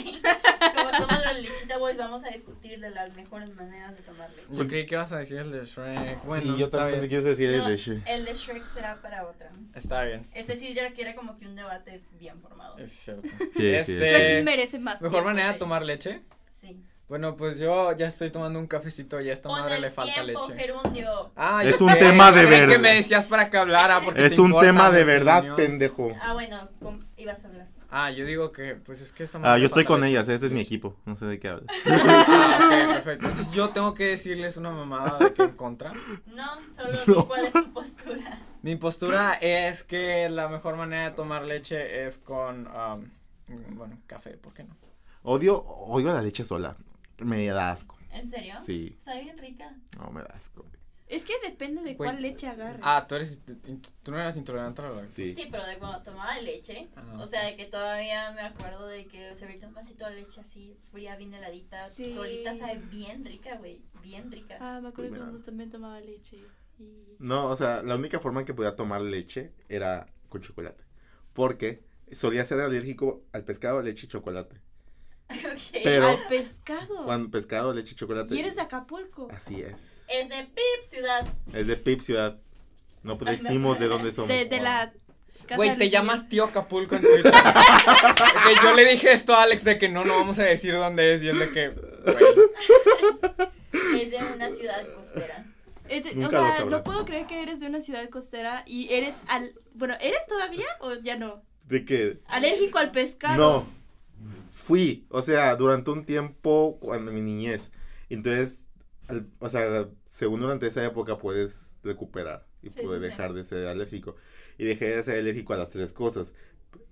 C: Como somos los lechita boys, vamos a discutir de las mejores maneras de tomar leche.
A: Yo creí que ibas a decir el de Shrek. Bueno,
B: Pues sí, yo
A: está,
B: también
A: bien.
B: pensé que ibas a decir el
C: No,
B: de She.
C: el de Shrek será para otra.
A: está bien.
C: Ese sí ya requiere como que un debate bien formado.
A: Es cierto.
B: sí,
A: este,
D: Shrek merece más.
A: mejor
D: tiempo.
A: manera de
C: sí.
A: tomar leche.
C: Sí.
A: Bueno, pues yo ya estoy tomando un cafecito y a esta
C: Pon
A: madre
C: el
A: le falta
C: tiempo,
A: leche.
C: gerundio.
A: Ah,
B: Es
A: yo
B: un
A: qué,
B: tema de
A: creí que
B: verdad.
A: me decías para que hablara porque
B: Es
A: te
B: un
A: importa
B: tema de
A: mi
B: verdad,
A: opinión.
B: pendejo.
C: Ah, bueno, com- ibas a hablar.
A: Ah, yo digo que, pues es que esta
B: Ah,
A: madre
B: yo estoy
A: falta
B: con
A: leche.
B: ellas, este es mi equipo. No sé de qué hablas.
A: <laughs> Ah, ok, perfecto. Entonces, yo tengo que decirles una mamada de que en contra.
C: No, solo di cuál es tu postura.
A: Mi postura es que la mejor manera de tomar leche es con, am, bueno, café, ¿por qué no?
B: Odio, odio la leche sola. Me da asco.
C: ¿En serio?
B: Sí,
C: Está bien rica.
B: no me da asco.
D: Es que depende de
A: Güey.
D: cuál leche agarres.
A: Ah, tú eres, int- tú no eras intolerante a la lactosa.
B: Sí.
C: Sí, pero de cuando tomaba leche.
A: Ah.
C: O sea, de que todavía me acuerdo de que servirte un vasito de leche así, fría, bien heladita,
D: Sí.
C: solita, sabe bien rica, güey. Bien rica.
D: Ah, me acuerdo
B: Pues nada.
D: cuando también tomaba leche. Y...
B: No, o sea, la única forma en que podía tomar leche era con chocolate. Porque solía ser alérgico al pescado, leche y chocolate.
C: <laughs> Ok.
B: Pero-
D: Al pescado.
B: Cuando pescado, leche y chocolate.
D: Oh. Y eres de Acapulco.
B: Así es.
C: Es de Pip Ciudad.
B: Es de Pip Ciudad. No decimos de dónde somos.
D: De, de la casa de
A: Güey, te
D: Luis
A: llamas
D: Miguel.
A: tío Acapulco en Twitter. Ok, yo le dije esto a Alex de que no, no vamos a decir dónde es y él de que, güey,
C: Es de una ciudad costera.
D: Eh, te-
B: Nunca
D: o
B: lo
D: sea,
B: sabrá.
D: no puedo creer que eres de una ciudad costera y eres al... Bueno, ¿eres todavía o ya no?
B: De que.
D: <clears throat> Alérgico al pescado.
B: No. Fui. O sea, durante un tiempo, cuando mi niñez. Entonces, al- o sea, según durante esa época puedes recuperar y
C: Sí,
B: pude
C: sí, sí.
B: dejar de ser alérgico. Y dejé de ser alérgico a las tres cosas.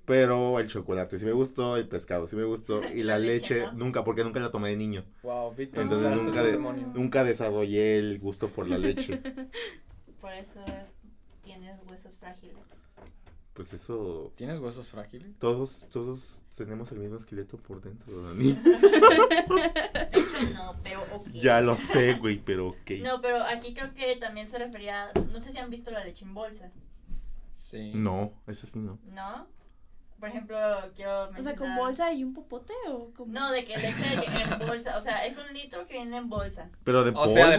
B: Pero el chocolate sí me gustó, el pescado sí me gustó
C: <laughs>
B: y la
C: La leche,
B: leche
C: ¿no?
B: nunca, porque nunca la tomé de niño.
A: wow, Víctor,
B: Entonces,
A: superaste
B: nunca
A: tus
B: de-
A: demonios.
B: Nunca desarrollé el gusto por la
C: <laughs>
B: leche.
C: Por eso tienes huesos frágiles.
B: Pues eso,
A: ¿Tienes huesos frágiles?
B: todos, todos tenemos el mismo esqueleto por dentro, Dani. <laughs>
C: De hecho, no, pero ok.
B: ya lo sé, güey, pero ok.
C: No, pero aquí creo que también se refería. No sé si han visto la leche en bolsa,
A: Sí.
B: No, eso sí no.
C: ¿no? Por ejemplo, quiero mencionar.
D: O sea, con bolsa y un popote o con...
C: No, de que leche de que en bolsa. O sea, es un litro que viene en bolsa.
B: Pero de
A: O sea, de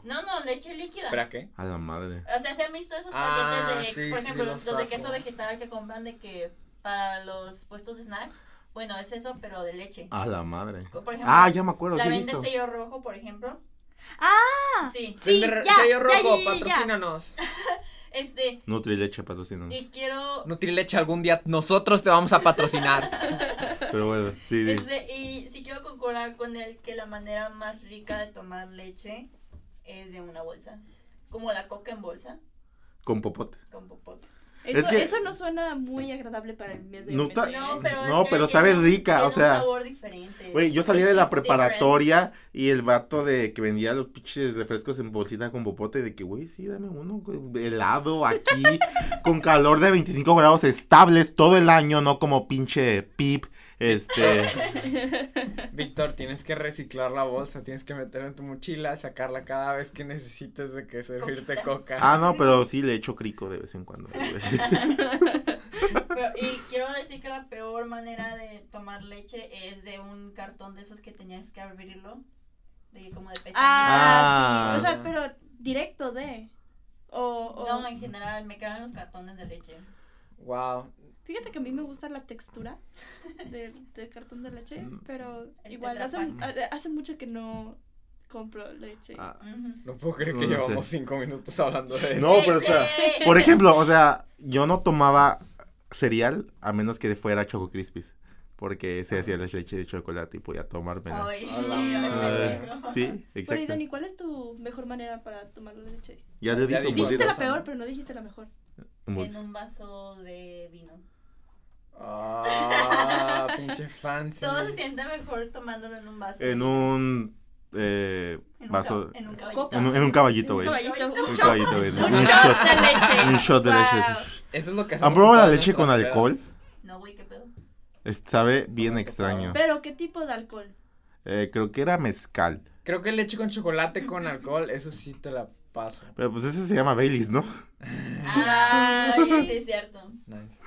A: polvo.
C: No, no, leche líquida.
A: ¿Espera qué?
B: A la madre.
C: O sea, se han visto esos
A: Ah,
C: paquetes de,
A: sí,
C: por
A: sí,
C: ejemplo,
A: los
C: los, los de
A: saco.
C: queso vegetal que compran de que para los puestos de snacks. Bueno, es eso, pero de leche.
B: A la madre.
C: Por ejemplo,
B: Ah, ya me acuerdo,
C: la
B: sí he
C: vende
B: visto.
C: sello rojo, por ejemplo.
D: Ah.
C: Sí.
D: Sí,
A: Vende re-
D: ya,
A: sello
D: ya,
A: rojo,
D: ya, ya, ya.
A: patrocínanos.
C: Este,
B: Nutrileche patrocina.
C: y quiero
A: Nutrileche, algún día nosotros te vamos a
D: <laughs>
A: patrocinar.
B: Pero bueno, sí, sí.
C: Este, y si quiero concordar con él que la manera más rica de tomar leche es de una bolsa. Como la coca en bolsa,
B: Con popote.
C: con popote.
D: Eso,
B: Es que-
D: eso no suena muy agradable para el mes de
B: No ta-
D: mes.
C: No, pero,
B: No,
C: es que
B: pero
C: tiene-
B: sabe rica,
C: tiene
B: o sea.
C: un sabor diferente.
B: Güey, yo salí de la
C: It's different.
B: preparatoria y el vato de que vendía los pinches refrescos en bolsita con popote, de que, güey, sí, dame uno, güey, helado
D: <laughs>
B: aquí, con calor de 25 grados estables todo el año, no como pinche pip, este,
D: <laughs>
A: Víctor, tienes que reciclar la bolsa, tienes que meterla en tu mochila, sacarla cada vez que necesites de que servirte coca.
B: ah, no, pero sí le echo crico de vez en cuando, güey.
C: Pero- y quiero decir que la peor manera de tomar leche es de un cartón de esos que tenías que abrirlo de como de pestañas.
B: Ah.
D: Ah, sí. <laughs> O sea, pero directo de. O, o-
C: No, en general, me quedan los cartones de leche.
A: Wow.
D: Fíjate que a mí me gusta la textura <laughs> del, del cartón de leche, pero
C: El
D: igual hace,
C: Tetra Pak.
D: hace- hace mucho que no compro leche.
B: Ah,
C: Ujú.
A: No puedo creer que
B: No, no sé.
A: llevamos cinco minutos hablando de eso.
B: No, pero espera.
C: Sí.
B: Por ejemplo, o sea, yo no tomaba cereal a menos que fuera Choco Crispies. Porque se hacía la leche de chocolate y podía tomármela. Ah,
C: Ay,
A: A la
C: sí,
A: madre.
C: ay, qué rico.
B: Sí,
D: Pero y
B: exacto.
D: Dani, ¿cuál es tu mejor manera para tomar la leche?
B: Ya le
A: Ya
B: dije.
A: dijiste
D: Dijiste la
A: Bolsa,
D: peor,
A: ¿no?
D: pero no dijiste la mejor.
B: un
C: En
B: bolso.
C: un vaso de vino. <laughs>
A: Ah, pinche fancy.
C: Todo se siente mejor tomándolo en un vaso.
B: En un eh,
C: En un
B: vaso.
C: ca- En un
D: Copa.
C: caballito.
B: En un, en un caballito, güey.
D: Un caballito, un
B: Un
D: shot.
B: caballito, güey.
D: Un
B: Un
D: shot
B: shot.
D: de leche.
B: Un shot de
D: Wow.
B: leche.
A: Eso es lo que hacemos.
B: ¿Han probado
A: en
B: la
A: todas
B: leche con
A: nuestras
B: alcohol?
A: pedas.
C: No, güey, qué pedo.
B: Sabe bien
A: me ha
B: extraño.
A: tocado.
D: Pero, ¿qué tipo de alcohol?
B: Eh, creo que era mezcal.
A: Creo que leche con chocolate con alcohol, eso sí te la paso.
B: Pero pues ese se llama Baileys, ¿no?
C: Ah, sí, sí, es cierto.
A: Nice.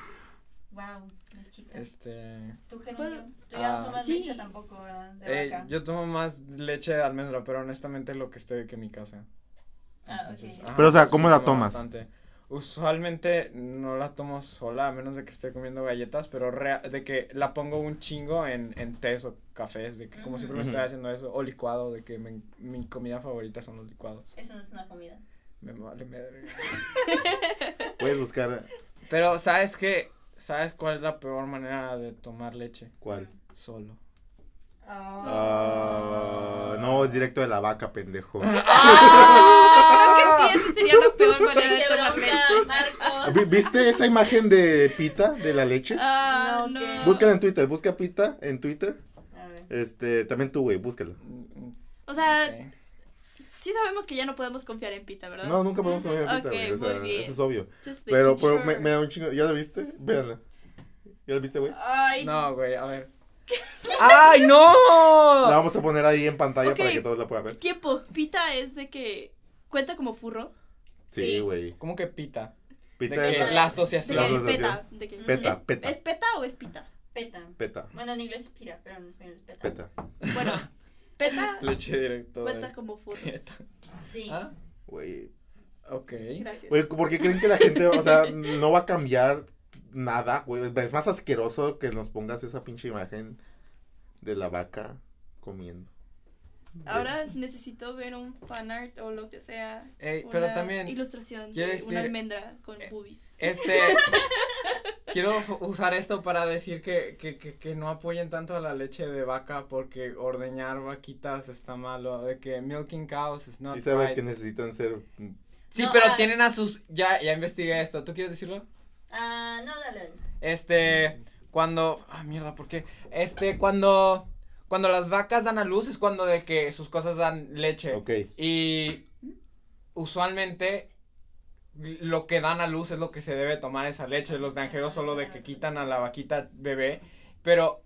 C: Wow, las chicas.
A: Este.
C: Tú, Genio,
D: Puedo-
C: tú ya
A: Ah.
C: no tomas
D: Sí.
C: leche tampoco, ¿verdad? De
A: eh,
C: vaca.
A: yo tomo más leche de almendra, pero honestamente lo que estoy que en mi casa.
C: Ah,
A: Entonces,
C: ok.
A: ajá,
B: Pero, o sea,
A: sí
B: ¿cómo la
A: tomo
B: tomas?
A: bastante. Usualmente no la tomo sola, a menos de que esté comiendo galletas, pero rea- de que la pongo un chingo en, en tés o cafés, de que como siempre me
B: Ujú.
A: estoy haciendo eso, o licuado, de que me- mi comida favorita son los licuados.
C: Eso no es una comida.
A: Me vale madre.
B: Puedes buscar
A: Pero, ¿sabes qué? ¿Sabes cuál es la peor manera de tomar leche?
B: cuál.
A: Solo.
B: Ah, no, es directo de la vaca, pendejo.
D: Ah. Creo que sí, esa sería la
C: <laughs>
D: peor manera de
C: Leche
D: tomar
C: ¡Ah! bronca,
D: leche.
B: Vi-
C: Marcos.
B: ¿Viste esa imagen de Pita, de la leche?
D: Ah,
C: No,
D: no.
C: ¿qué?
B: Búscala en Twitter, busca a Pita en Twitter.
C: A ver.
B: Este, también tú, güey, búscala.
A: Mm, mm,
D: O sea,
A: ok.
D: sí sabemos que ya no podemos confiar en Pita, ¿verdad?
B: No, nunca podemos comer a Pita,
D: Ok,
B: güey. O sea,
D: muy bien.
B: eso es obvio.
D: Just
B: Pero,
D: making
B: pero me,
D: sure.
B: me da un chingo. ¿Ya la viste? Véanla. ¿Ya la viste, güey?
D: Ay,
A: No, güey, a ver. ¡Ay, no!
B: La vamos a poner ahí en pantalla
D: Ok.
B: para que todos la puedan ver.
D: tiempo. Pita es de que cuenta como furro.
B: Sí, güey.
A: ¿Cómo que pita?
B: Pita
A: De que
B: es
C: es-
A: la
D: De
A: asociación.
B: La
D: que peta.
B: asociación.
D: De que,
B: Peta,
D: ¿Es,
B: peta.
D: ¿Es peta o es pita?
C: Peta.
B: peta.
C: Bueno, en inglés es pira, pero en español es peta.
B: Peta. <laughs>
D: Bueno, peta
A: Leche directo.
D: cuenta
A: Cuenta
D: como furros.
C: Sí.
A: Ah,
B: Güey.
A: ok.
D: Gracias.
B: Güey, ¿por qué creen que la gente, o sea, no va a cambiar nada, güey? Es más asqueroso que nos pongas esa pinche imagen de la vaca comiendo.
D: Ahora necesito ver un fanart o lo que sea.
A: Ey, Eh, pero
D: una
A: también
D: Ilustración de
A: quiero
D: una
A: decir-
D: almendra con boobies.
A: Este. quiero f- usar esto para decir que, que, que, que no apoyen tanto a la leche de vaca porque ordeñar vaquitas está malo. De que milking cows is not
B: Sí sabes
A: right.
B: que necesitan ser...
A: Sí,
C: No,
A: pero
C: ah.
A: tienen a sus. Ya, ya investigué esto. ¿Tú quieres decirlo?
C: Ah, no, dale. dale.
A: Este. Cuando. Ah, mierda, ¿por qué? Este, cuando. Cuando las vacas dan a luz es cuando de que sus cosas dan leche.
B: Ok.
A: Y usualmente lo que dan a luz es lo que se debe tomar esa leche. Los granjeros solo de que quitan a la vaquita bebé. Pero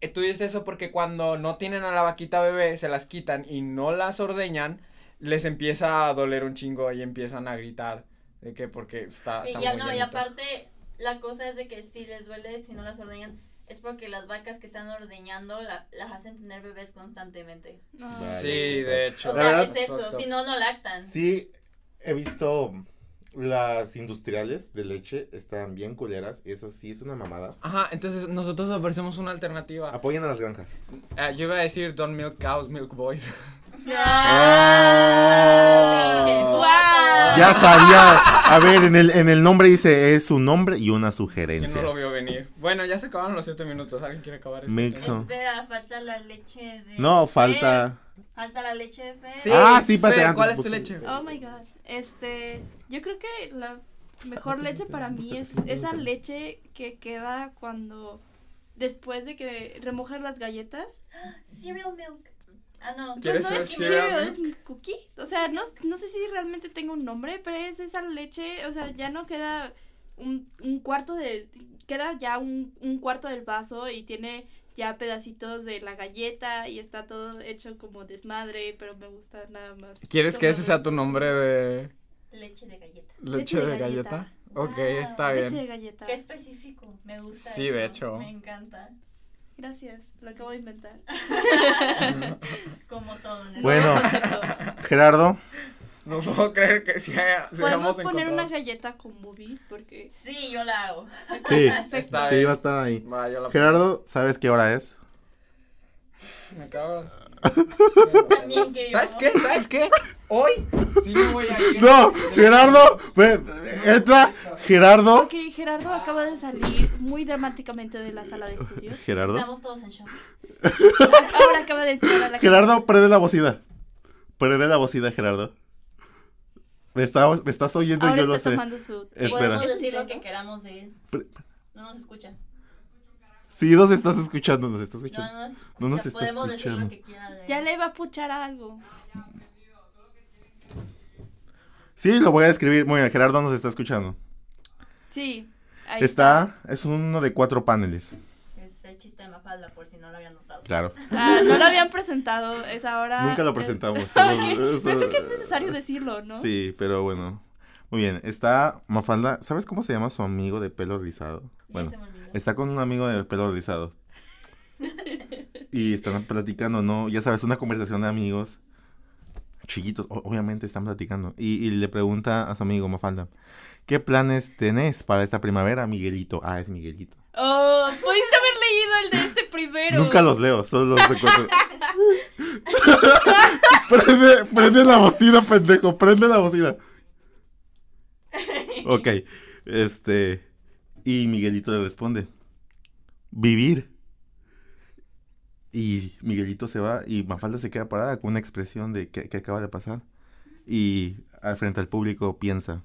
A: eh, tú dices eso porque cuando no tienen a la vaquita bebé, se las quitan y no las ordeñan, les empieza a doler un chingo y empiezan a gritar. De que porque está,
C: Sí,
A: Ah, está
C: ya
A: muy
C: no, y
A: llanito.
C: aparte, la cosa es de que si les duele, si no las ordeñan, es porque las vacas que están ordeñando la- las hacen tener bebés constantemente.
D: Ah.
A: Sí, de hecho.
C: O
B: La
C: sea,
B: verdad-
C: es eso, si no, no lactan.
B: Sí, he visto las industriales de leche, están bien culeras, y eso sí es una mamada.
A: Ajá, entonces nosotros ofrecemos una alternativa.
B: Apoyen a las granjas.
A: Ah, yo iba a decir don't milk cows, milk boys. <laughs>
C: ¡Ah!
D: ¡Guau!
B: Ah. Ya sabía. A ver, en el, en el nombre dice, es un nombre y una
A: ¿Quién no
B: sugerencia.
A: lo vio venir? Bueno, ya se acabaron los siete minutos. ¿Alguien quiere acabar este esto?
B: Mixo.
C: Espera, falta la leche de.
B: No,
C: Fer.
B: falta...
C: Falta la leche de Fer.
A: Sí,
B: Ah, sí, espérate,
A: Fer,
B: antes
A: ¿Cuál es tu
B: busca-
A: leche?
D: Oh my god. Este, yo creo que la mejor leche para mí es esa leche que queda cuando después de que remojas las galletas.
C: Cereal milk. Ah, no.
A: ¿Quieres
D: Pues no es
A: ser
D: cereal,
A: cereal
D: es cookie. O sea, no, no sé si realmente tengo un nombre, pero es esa leche, o sea, ya no queda un, un cuarto del queda ya un, un cuarto del vaso y tiene ya pedacitos de la galleta y está todo hecho como desmadre, pero me gusta nada más.
A: ¿Quieres que ese
D: tomarlo.
A: sea tu nombre de
C: Leche de galleta.
A: leche de galleta? Ah, Ok, está
D: Leche de
A: bien.
D: galleta.
C: Qué específico, me gusta.
A: Sí,
C: eso,
A: de hecho.
C: Me encanta.
D: Gracias, lo acabo
A: <laughs>
D: de inventar.
C: Como todo en el
D: <laughs>
A: <laughs>
B: Bueno.
D: Concepto.
A: Eh.
B: Gerardo,
A: No puedo creer que si haya, si hayamos
D: Podemos poner una
A: encontrado.
D: galleta con boobies porque.
C: Sí, yo la hago.
B: sí,
D: Perfecto.
A: Está
B: sí,
A: bien.
B: va a estar ahí.
A: Va, yo la
B: Gerardo, ¿sabes qué hora es?
A: Me acabo.
C: También que yo.
A: ¿Sabes qué? ¿Sabes qué? Hoy sí me voy a ir.
B: <laughs> No, Gerardo, ve- entra, Gerardo.
D: Ok, Gerardo acaba de salir muy dramáticamente de la sala de estudio.
B: Gerardo.
C: Estamos todos en shock.
D: Ahora acaba de entrar a la
B: Gerardo, prende la bocina. Prende la bocina, Gerardo. Me, está- me estás oyendo y
D: Ahora
B: yo lo
D: está
B: sé.
D: tomando su.
B: Espera.
C: Podemos
D: ¿Es un
C: decir lo que
D: tema?
C: queramos de él.
B: Pre-
C: No nos escucha.
B: Sí, nos estás escuchando, nos estás
C: No,
B: escuchando.
C: no nos escucha.
B: No nos está
C: Podemos decir
B: escuchando.
C: lo que quiera de él.
D: Ya le va a puchar algo.
B: Sí, lo voy a describir. Muy bien, Gerardo nos está escuchando.
D: Sí. ahí
B: Está, es uno de cuatro paneles.
C: Es el chiste de Mafalda, por si no lo habían notado.
B: Claro.
D: Ah, no lo habían presentado, es ahora.
B: Nunca lo
D: es- <laughs>
B: presentamos.
D: Ok,
B: Eso-
D: No creo que es necesario decirlo, ¿no?
B: Sí, pero bueno. Muy bien, está Mafalda. ¿Sabes cómo se llama su amigo de pelo rizado?
C: Ya
B: Bueno,
C: se me olvidó.
B: está con un amigo de pelo rizado. Y están platicando, ¿no? Ya sabes, una conversación de amigos. Chiquitos, o- obviamente están platicando. Y, y le pregunta a su amigo Mafalda, ¿qué planes tenés para esta primavera, Miguelito? Ah, es Miguelito.
D: Oh, pudiste haber leído el de este primero.
B: Nunca los leo, solo los recuerdo. <laughs> prende, prende la bocina, pendejo, prende la bocina. Ok, este. Y Miguelito le responde: Vivir. Y Miguelito se va y Mafalda se queda parada con una expresión de que, acaba de pasar. Y al frente al público piensa: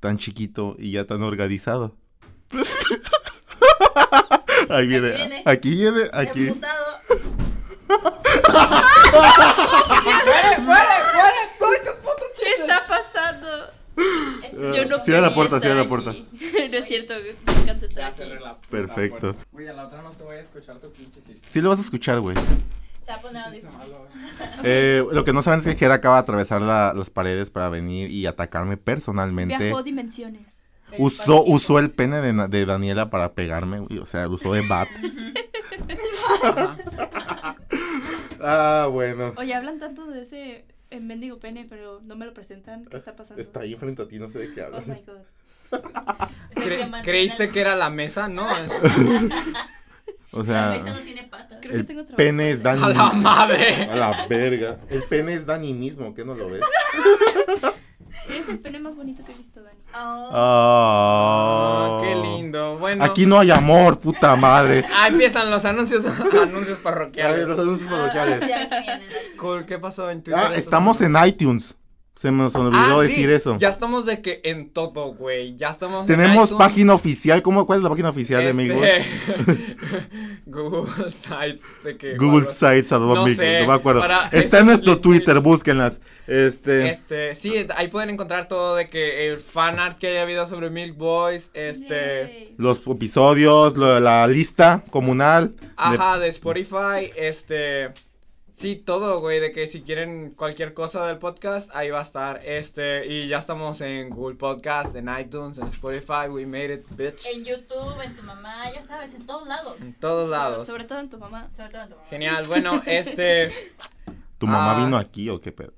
B: tan chiquito y ya tan organizado. <laughs> Ahí viene,
C: viene.
B: aquí viene, aquí.
C: Emputado.
D: ¿Qué está pasando?
C: Este-
D: Yo no
B: Eh, Cierra la
D: quería
B: puerta,
D: estar
B: cierra la
D: aquí.
B: puerta.
D: <laughs> no es cierto, me encanta estar
A: Ya
D: aquí.
A: cerré la puta
B: Perfecto.
A: puerta. Güey, a la otra no te voy a escuchar tu pinche chiste.
B: Sí lo vas a escuchar, güey.
C: Se va a poner
A: Chiste
C: audífonos.
A: malo, güey.
B: Eh, lo que no saben es que Jera acaba de atravesar la- las paredes para venir y atacarme personalmente.
D: Viajó dimensiones.
B: Usó, usó el pene de, Na- de Daniela para pegarme, güey. O sea, lo usó de
D: <laughs>
B: bat. ah, bueno.
D: Oye, hablan tanto de ese eh, mendigo pene, pero no me lo presentan.
B: Eh,
D: ¿Qué está pasando?
B: ahí frente a ti, no sé de qué
D: Oh my god.
C: Es el que
A: Cre-
C: mantiene
A: ¿Creíste
C: el-
A: que era la mesa?
C: <laughs>
A: No, es
B: O
C: La mesa no
B: sea,
C: tiene patas.
D: Creo que
B: el
D: tengo trabajo.
B: pene es Dani.
A: a la
B: <laughs>
A: madre.
B: A la verga. El pene es Dani mismo, ¿qué no lo ves?
D: Es el pene más bonito que he visto, Dani.
C: Oh,
B: Ah,
A: <laughs> Ah, qué lindo. Bueno,
B: Aquí no hay amor,
A: <laughs>
B: puta madre.
A: ah, empiezan los anuncios, <laughs> anuncios
B: Ay,
A: parroquiales.
B: los anuncios parroquiales.
C: ahora sí, aquí vienen, aquí.
A: Cool, ¿qué pasó en Twitter?
B: Ah, estamos en iTunes. Se nos olvidó
A: Ah, sí,
B: decir eso.
A: Ya estamos de que en todo, güey. Ya estamos en
B: Tenemos
A: iTunes,
B: página oficial. ¿Cómo, ¿Cuál es la página oficial,
A: este, <laughs>
B: amigos?
A: Google Sites de que
B: Google
A: bueno,
B: Sites, arroba
A: No
B: Amigos,
A: sé,
B: no me acuerdo.
A: para-
B: Está
A: es-
B: en nuestro
A: li-
B: Twitter, búsquenlas. Este,
A: Este, sí, ahí pueden encontrar todo de que el fanart que haya habido sobre Milk Boys, este,
D: Yay.
B: los episodios, lo- la lista comunal. de-
A: ajá, de Spotify, este, sí, todo, güey, de que si quieren cualquier cosa del podcast, ahí va a estar, este, y ya estamos en Google Podcast, en iTunes, en Spotify, we made it, bitch,
C: En YouTube, en tu mamá, ya sabes, en todos lados.
A: en todos
D: Bueno,
A: lados.
D: sobre todo en tu mamá.
C: Sobre todo en tu mamá.
A: Mm. Genial,
D: <laughs>
A: bueno, este,
B: ¿Tu mamá
A: Ah.
B: vino aquí o qué pedo?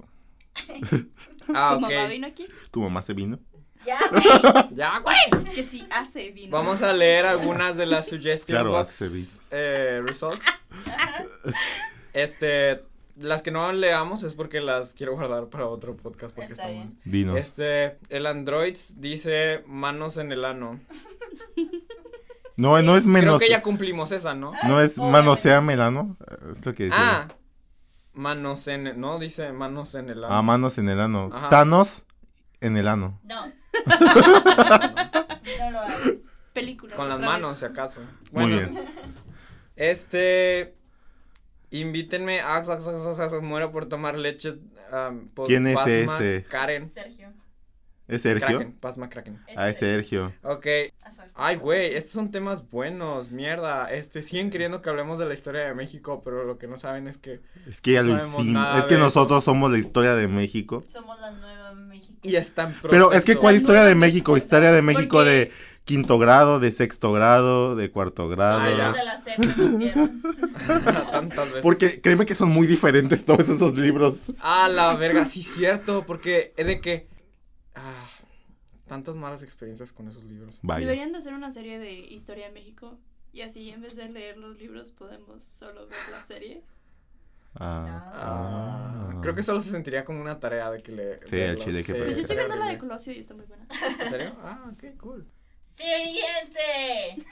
A: ah,
D: tu mamá
A: ok,
D: vino aquí.
B: ¿Tu mamá se vino? <laughs>
C: Ya, güey.
A: ya, güey.
D: Que sí hace vino.
A: Vamos a leer algunas de las suggestion
B: Claro,
A: box,
B: hace bis.
A: eh,
D: <laughs>
A: results. Este, las que no leamos es porque las quiero guardar para otro podcast porque
C: Está
A: está
C: bien.
A: bueno.
B: Dinos.
A: Este, el Android dice manos en el ano.
B: No, no es
A: Creo
B: menos.
A: que ya cumplimos esa, ¿no?
B: No es
C: Obviamente.
B: manoseamela, ¿no? Es lo que dice.
A: Ah, manos en el, no dice manos en el ano.
B: Ah, manos en el ano.
A: Ajá.
B: Thanos en el ano.
C: No,
B: Ah,
A: Manos en el ano.
C: no lo hagas.
A: <laughs>
D: Películas.
A: Con las
D: otra vez.
A: manos, si acaso.
B: Muy
A: Bueno,
B: bien.
A: Este. Invítenme Ah, a Ax, Ax, Ax, Ax, Ax, muero ah, por tomar leche. am, por
B: ¿Quién es
A: Pasma,
B: ese?
A: Karen.
C: Sergio.
B: ¿Es Sergio?
A: Kraken, Pasma Kraken.
C: Este,
B: Ah, es Sergio.
A: Ok.
C: Así.
A: Ay, güey, estos son temas buenos, mierda. Este, siguen queriendo que hablemos de la historia de México, pero lo que no saben es que...
B: Es que ya
A: No
B: lo
A: sabemos nada
B: hicimos. Es que
A: de eso.
B: nosotros somos la historia de México.
C: Somos la nueva México.
A: Y están
B: Pero es que ¿cuál
D: Proceso.
B: historia de México? Historia de México
D: Porque-
B: de quinto grado, de sexto grado, de cuarto
A: Ah,
B: grado.
A: ya. Pues
C: de la CEP me metieron.
A: <laughs> Tantas veces.
B: Porque créeme que son muy diferentes todos esos libros.
A: Ah, la verga, sí, cierto, porque es de que... Ah, tantas malas experiencias con esos libros.
B: Vaya.
D: Deberían de hacer una serie de Historia de México. Y así, en vez de leer los libros, podemos solo ver la serie.
B: Ah, ah.
A: Creo que solo se sentiría como una tarea de que le...
B: Sí,
A: de
B: al
A: los,
B: chile que
A: eh,
D: Pues yo estoy
A: estaría
D: viendo la de
A: horrible.
D: Colosio y está muy buena.
A: ¿En serio? Ah, ok, cool.
C: Siguiente.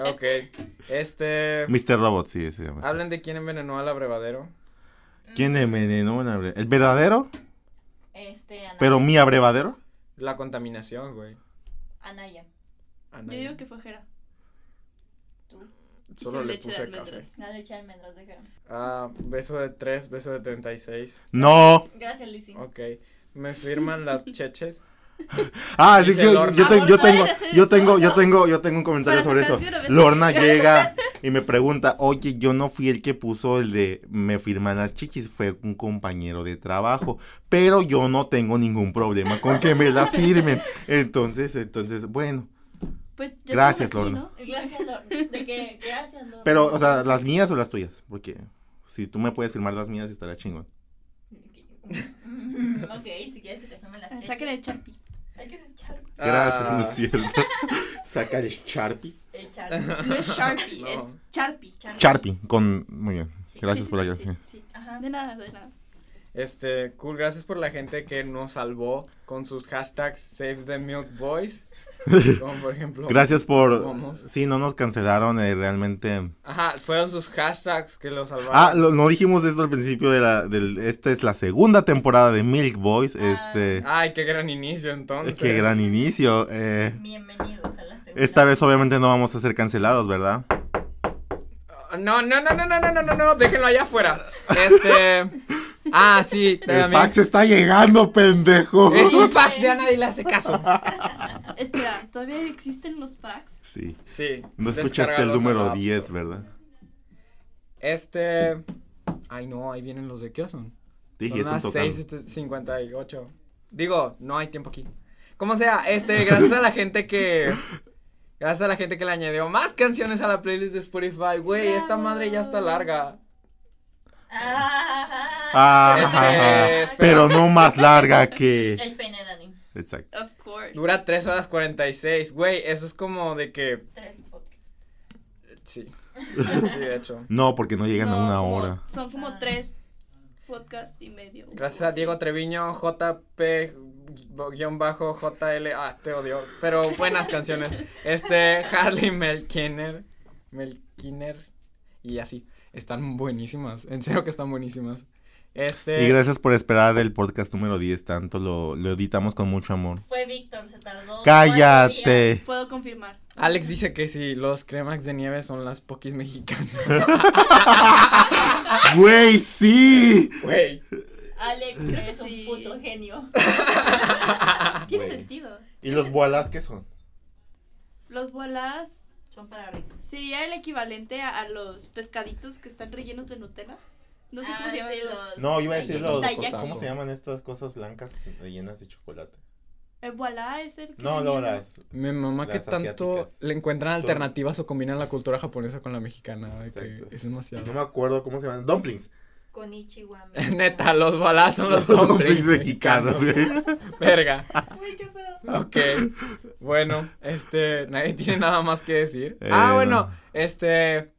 A: Ok, este...
B: Mr. Robot, sí, se llama. así.
A: Hablen de quién envenenó al abrevadero.
B: ¿Quién envenenó un abre- ¿El verdadero?
C: Este, Ana-
B: ¿Pero mi abrevadero?
A: La contaminación, güey.
C: Anaya.
A: Ana,
D: Yo digo que fue Jera.
C: Tú.
D: Y
A: Solo
D: su
A: le
D: leche de
A: puse café.
D: almendras.
C: La leche de almendras dijeron.
A: Ah, beso de 3, beso de 36.
B: No.
C: Gracias, Lizzy.
A: Ok. Me firman las cheches.
B: Ah, así
A: Dice
B: que yo,
A: Lorna.
B: yo te- yo
D: Ahora
B: tengo,
D: puedes hacer
B: yo
D: eso.
B: tengo, yo tengo, yo tengo un comentario
D: Para
B: sobre eso.
D: sacar de una vez.
B: Lorna
D: <laughs>
B: llega y me pregunta, oye, yo no fui el que puso el de me firman las chichis, fue un compañero de trabajo, pero yo no tengo ningún problema con que me las firmen. Entonces, entonces, bueno.
D: Pues ya
B: Gracias,
D: estamos aquí,
B: Lorna.
D: ¿no?
C: Gracias, Lorna. ¿De qué? Gracias, Lorna.
B: Pero, o sea, las mías o las tuyas, porque si tú me puedes firmar las mías estará chingón.
C: <laughs> Ok, si quieres que te tomen las
D: Ah,
C: cheches.
D: Saquen
A: <laughs>
D: el Sharpie.
C: Hay que echar.
B: Gracias,
A: Ah,
B: no es cierto. <laughs> Saca el Sharpie.
C: Echar.
D: No es Sharpie,
A: No.
D: es Sharpie.
B: Sharpie, con. Muy bien.
C: Sí,
B: Gracias
D: Sí,
B: por la
D: sí, sí,
B: gracia.
D: sí, sí.
C: Ajá.
D: De nada, de nada.
A: Este, cool. Gracias por la gente que nos salvó con sus hashtags Save the Milk Boys.
B: <laughs>
A: Como por ejemplo.
B: Gracias por.
A: Vamos.
B: Sí, no nos cancelaron eh, realmente.
A: Ajá, fueron sus hashtags que lo salvaron.
B: Ah, lo- no dijimos esto al principio de la. Del, esta es la segunda temporada de Milk Boys.
C: Ah.
B: Este.
A: Ay, qué gran inicio entonces.
B: qué gran inicio. eh,
C: Bienvenidos a la segunda.
B: esta vez, obviamente, no vamos a ser cancelados, ¿verdad?
A: Ah, No, no, no, no, no, no, no, no, no, déjenlo allá afuera.
B: <laughs>
A: Este. Ah, sí,
B: El
A: también.
B: fax está
A: <laughs>
B: llegando, pendejo.
A: Es un fax, ya nadie le hace caso.
D: Espera, ¿todavía existen los packs?
B: Sí.
A: Sí.
B: No escuchaste el
A: descárgalos en la
B: número
A: App
B: 10,
A: Store.
B: ¿verdad?
A: Este. Ay, no, ahí vienen los de qué hora son.
B: Dije,
A: Son
B: es un
A: las este,
B: tocado.
A: 6.58. Digo, no hay tiempo aquí. Como sea, este, gracias a la gente que. Gracias a la gente que le añadió más canciones a la playlist de Spotify. Güey, esta madre ya está larga.
C: Ah,
B: Ah,
A: Este,
B: ajá,
A: espera.
B: Pero no más larga que.
C: El pene, Dani.
B: Exacto.
D: Of course.
A: Dura 3 horas 46. Güey, eso es como de que.
C: Tres podcasts.
A: Sí. Sí, de hecho.
B: No, porque no llegan
D: No,
B: a una
D: como-
B: hora.
D: Son como
C: Ah.
D: tres podcast y medio.
A: Gracias a Diego Treviño, JP-JL. Ah, te odio. Pero buenas canciones. Este, Harley Melkiner. Melkiner. Y así. Están buenísimas. En serio que están buenísimas. Este.
B: Y gracias por esperar el podcast número 10, tanto lo, lo editamos con mucho amor.
C: Fue Víctor, se tardó. cuatro días.
B: Cállate.
D: Puedo confirmar.
A: Alex dice que si los cremax de nieve son las pokis mexicanas.
B: <laughs> Güey, sí.
A: Güey.
C: Alex es un
D: Sí.
C: puto genio.
D: Ah, Tiene
B: Güey.
D: sentido.
B: ¿Y los boalas qué son?
D: Los bolas
C: Son para ricos.
D: sería el equivalente a, a los pescaditos que están rellenos de Nutella. No sé cómo
C: Ah,
D: se llaman.
C: sí,
D: los-
C: los-
B: No, iba a decir los
D: Taiyaki.
B: ¿Cómo se llaman estas cosas blancas rellenas de chocolate?
D: El voilà es el que.
B: No, no,
D: rellena.
B: las.
A: Mi mamá que
B: Las
A: tanto
B: asiáticas.
A: le encuentran
B: Son-
A: alternativas o combinan la cultura japonesa con la mexicana. de que
B: Exacto.
A: es demasiado. <laughs>
B: No me acuerdo cómo se llaman. Dumplings.
C: Con Ichiwa.
A: Neta, los balas son los,
B: Los
A: dumplings
B: dumplings mexicanos, güey.
A: Verga.
C: Uy, qué pedo.
A: Ok, bueno, este, nadie tiene nada más que decir.
B: Eh,
A: ah, bueno,
B: no.
A: este,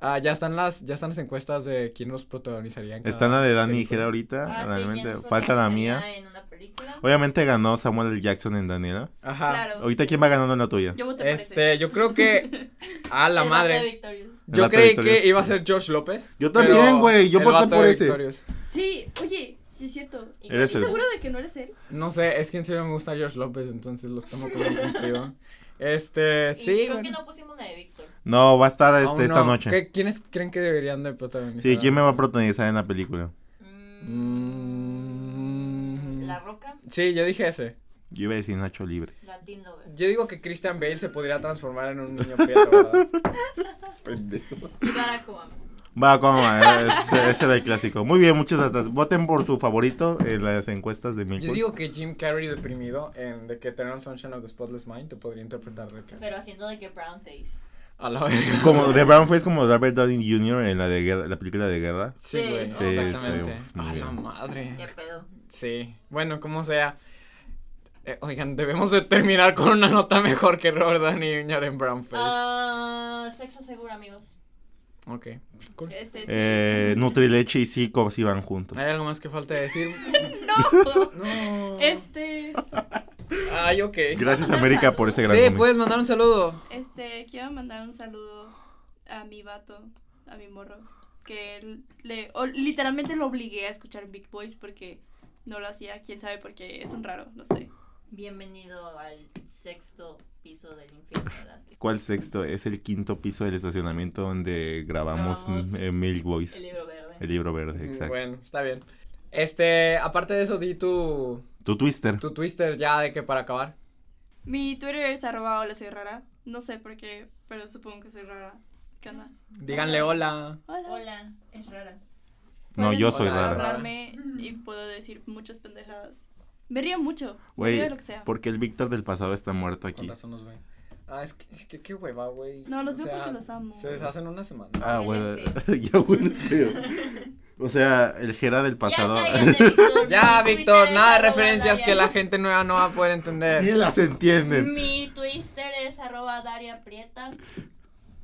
A: ah, ya están las, ya están las encuestas de quién nos protagonizaría. en cada
B: Está la de Dani y
A: película.
B: Gera ahorita,
C: Ah, sí,
B: realmente.
C: ¿quién
B: Falta la
C: protagonizaría
B: mía.
C: En una película.
B: Obviamente ganó Samuel L. Jackson en Daniela.
A: Ajá.
D: Claro.
B: Ahorita, ¿quién va ganando en la tuya?
D: Yo voto por ese.
A: Este, yo creo
C: <laughs>
A: que, a la
C: El vato de
A: madre,
C: Victorious.
A: yo
B: vato
A: creí
B: victorioso.
A: que iba a ser George López.
B: Yo también, güey, yo
A: el
B: voté
A: vato
B: por
A: de
B: ese.
A: Victorious.
D: <laughs> Sí, oye, sí es cierto.
C: Y-
B: Eres
D: ¿Estás
B: Este el-
D: seguro de que no eres él?
A: No sé, es que en serio me gusta George López, entonces lo tomo como cumplido. Este,
C: <laughs> y
A: sí,
C: creo que
A: bueno.
C: no pusimos la de Víctor.
B: No, va a estar este,
A: Aún
B: esta
A: no.
B: noche.
A: ¿Qué- ¿Quiénes creen que deberían de protagonizar?
B: Sí, ¿quién me va a protagonizar en la película?
C: Mm,
A: Mm.
C: La Roca.
A: Sí, yo dije ese.
B: Yo iba a decir Nacho Libre.
C: Latin Lover.
A: Yo digo que Christian Bale se podría transformar en un niño prieto,
B: <laughs>
A: ¿verdad?
B: Pendejo.
C: Y Barack Obama.
B: Va, como ese, ese era el clásico. Muy bien, muchas gracias. Voten por su favorito en las encuestas de mi
A: Yo digo que Jim Carrey deprimido en de que Eternal Sunshine of the Spotless Mind te podría interpretar de que...
C: Pero haciendo de que brown face.
A: A la verga.
B: Como de Brown Face, como Robert Downey Jr. en la, de guerra- la película de guerra.
A: Sí, güey,
C: Sí,
A: exactamente.
B: está muy
A: A la
B: bien.
C: ¿Qué
A: madre.
C: pedo?
A: Sí, bueno, como sea. Eh, oigan, debemos de terminar con una nota mejor que Robert Downey Jr. en Brownface.
C: Ah, sexo seguro, amigos.
A: Ok, cool.
D: Este, Sí, sí, sí.
B: Eh, Nutrileche y Zico si van juntos.
A: ¿Hay algo más que falta
C: <laughs>
A: decir?
B: <laughs>
D: No.
A: No.
D: Este,
A: Ay, ok.
B: Gracias, América, por ese gran
A: Sí,
B: momento.
A: puedes mandar un saludo.
D: este, quiero mandar un saludo a mi vato, a mi morro, que él le, o- literalmente lo obligué a escuchar Big Boys porque no lo hacía, quién sabe, porque es un raro, no sé.
C: Bienvenido al sexto piso del infierno, ¿verdad?
B: ¿Cuál sexto? Es el quinto piso del estacionamiento donde grabamos
C: Grabamos.
B: eh, Milk Boys.
C: El libro verde.
B: El libro verde, exacto.
A: Mm, Bueno, está bien. Este, aparte de eso, di tu,
B: Tu twister.
A: tu twister ya de que para acabar.
D: Mi Twitter es arroba hola soy rara, no sé por qué, pero supongo que soy rara. ¿Qué onda?
A: Díganle hola.
D: Hola.
C: Hola, es rara.
B: No, yo soy
A: Hola.
B: rara.
D: hablarme y puedo decir muchas pendejadas. Me río mucho, me río de
B: Güey,
D: lo que sea.
B: porque el Víctor del pasado está muerto
A: Con
B: aquí.
A: razón nos ven. Ah, es que, es que qué hueva, güey.
D: No, los
A: O
D: veo
A: sea,
D: porque los amo.
A: Se deshacen una semana.
B: Ah,
C: El
B: bueno. <laughs>
C: este.
B: ya, bueno, tío. O sea, el Jera del pasado.
C: Ya,
B: <laughs>
C: cállate, Víctor.
A: Ya,
C: Mi
A: Víctor,
C: Twitter
A: nada de
C: es arroba
A: referencias
C: Daria.
A: que la gente nueva no va a poder entender.
B: sí las entienden.
C: Mi Twitter es arroba Daria Prieta.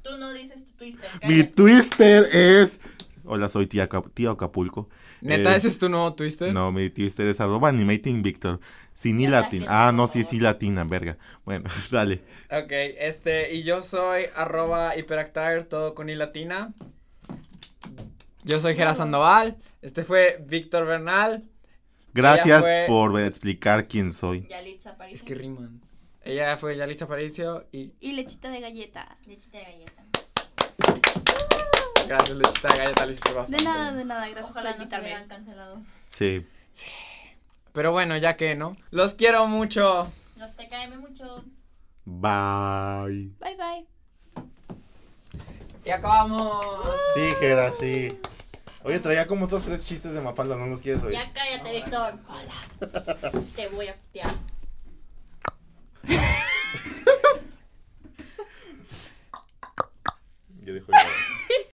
C: Tú no dices tu Twitter.
B: Mi
C: cállate.
B: twister es. Hola, soy tía, Acap- tío Acapulco.
A: Neta,
B: Eh,
A: ese es tu nuevo Twister.
B: No, mi twister es arroba animating Víctor. Sin i
C: Ya está,
B: latina.
C: gente,
B: Ah,
C: por
B: no, sí,
C: favor.
B: sí latina, verga. Bueno, <laughs> dale.
A: Ok, este, y yo soy arroba hiperactire, todo con i latina. Yo soy Jera Sandoval. Este fue Víctor Bernal.
B: Gracias
A: fue-
B: por explicar quién soy.
C: Yalitza París.
A: Es que riman. Ella fue Yalitza Aparicio y
D: Y lechita de galleta.
C: Lechita de galleta.
A: gracias, Lechita de Galleta, lo hiciste
D: De
A: bastante
D: nada,
A: bien.
D: de nada, gracias
C: Ojalá
D: por
C: no se hubieran
D: invitarme.
C: cancelado.
B: Sí.
A: Pero bueno, ya que, ¿no? Los quiero mucho.
C: Los TKM mucho.
B: Bye.
D: Bye bye.
A: Y acabamos.
B: Sí, Jera, sí. Oye, traía como otros tres chistes de Mafalda, no nos quieres oír.
C: Ya cállate, Víctor. Hola. Te voy a putear.
B: Yo dejo de grabar.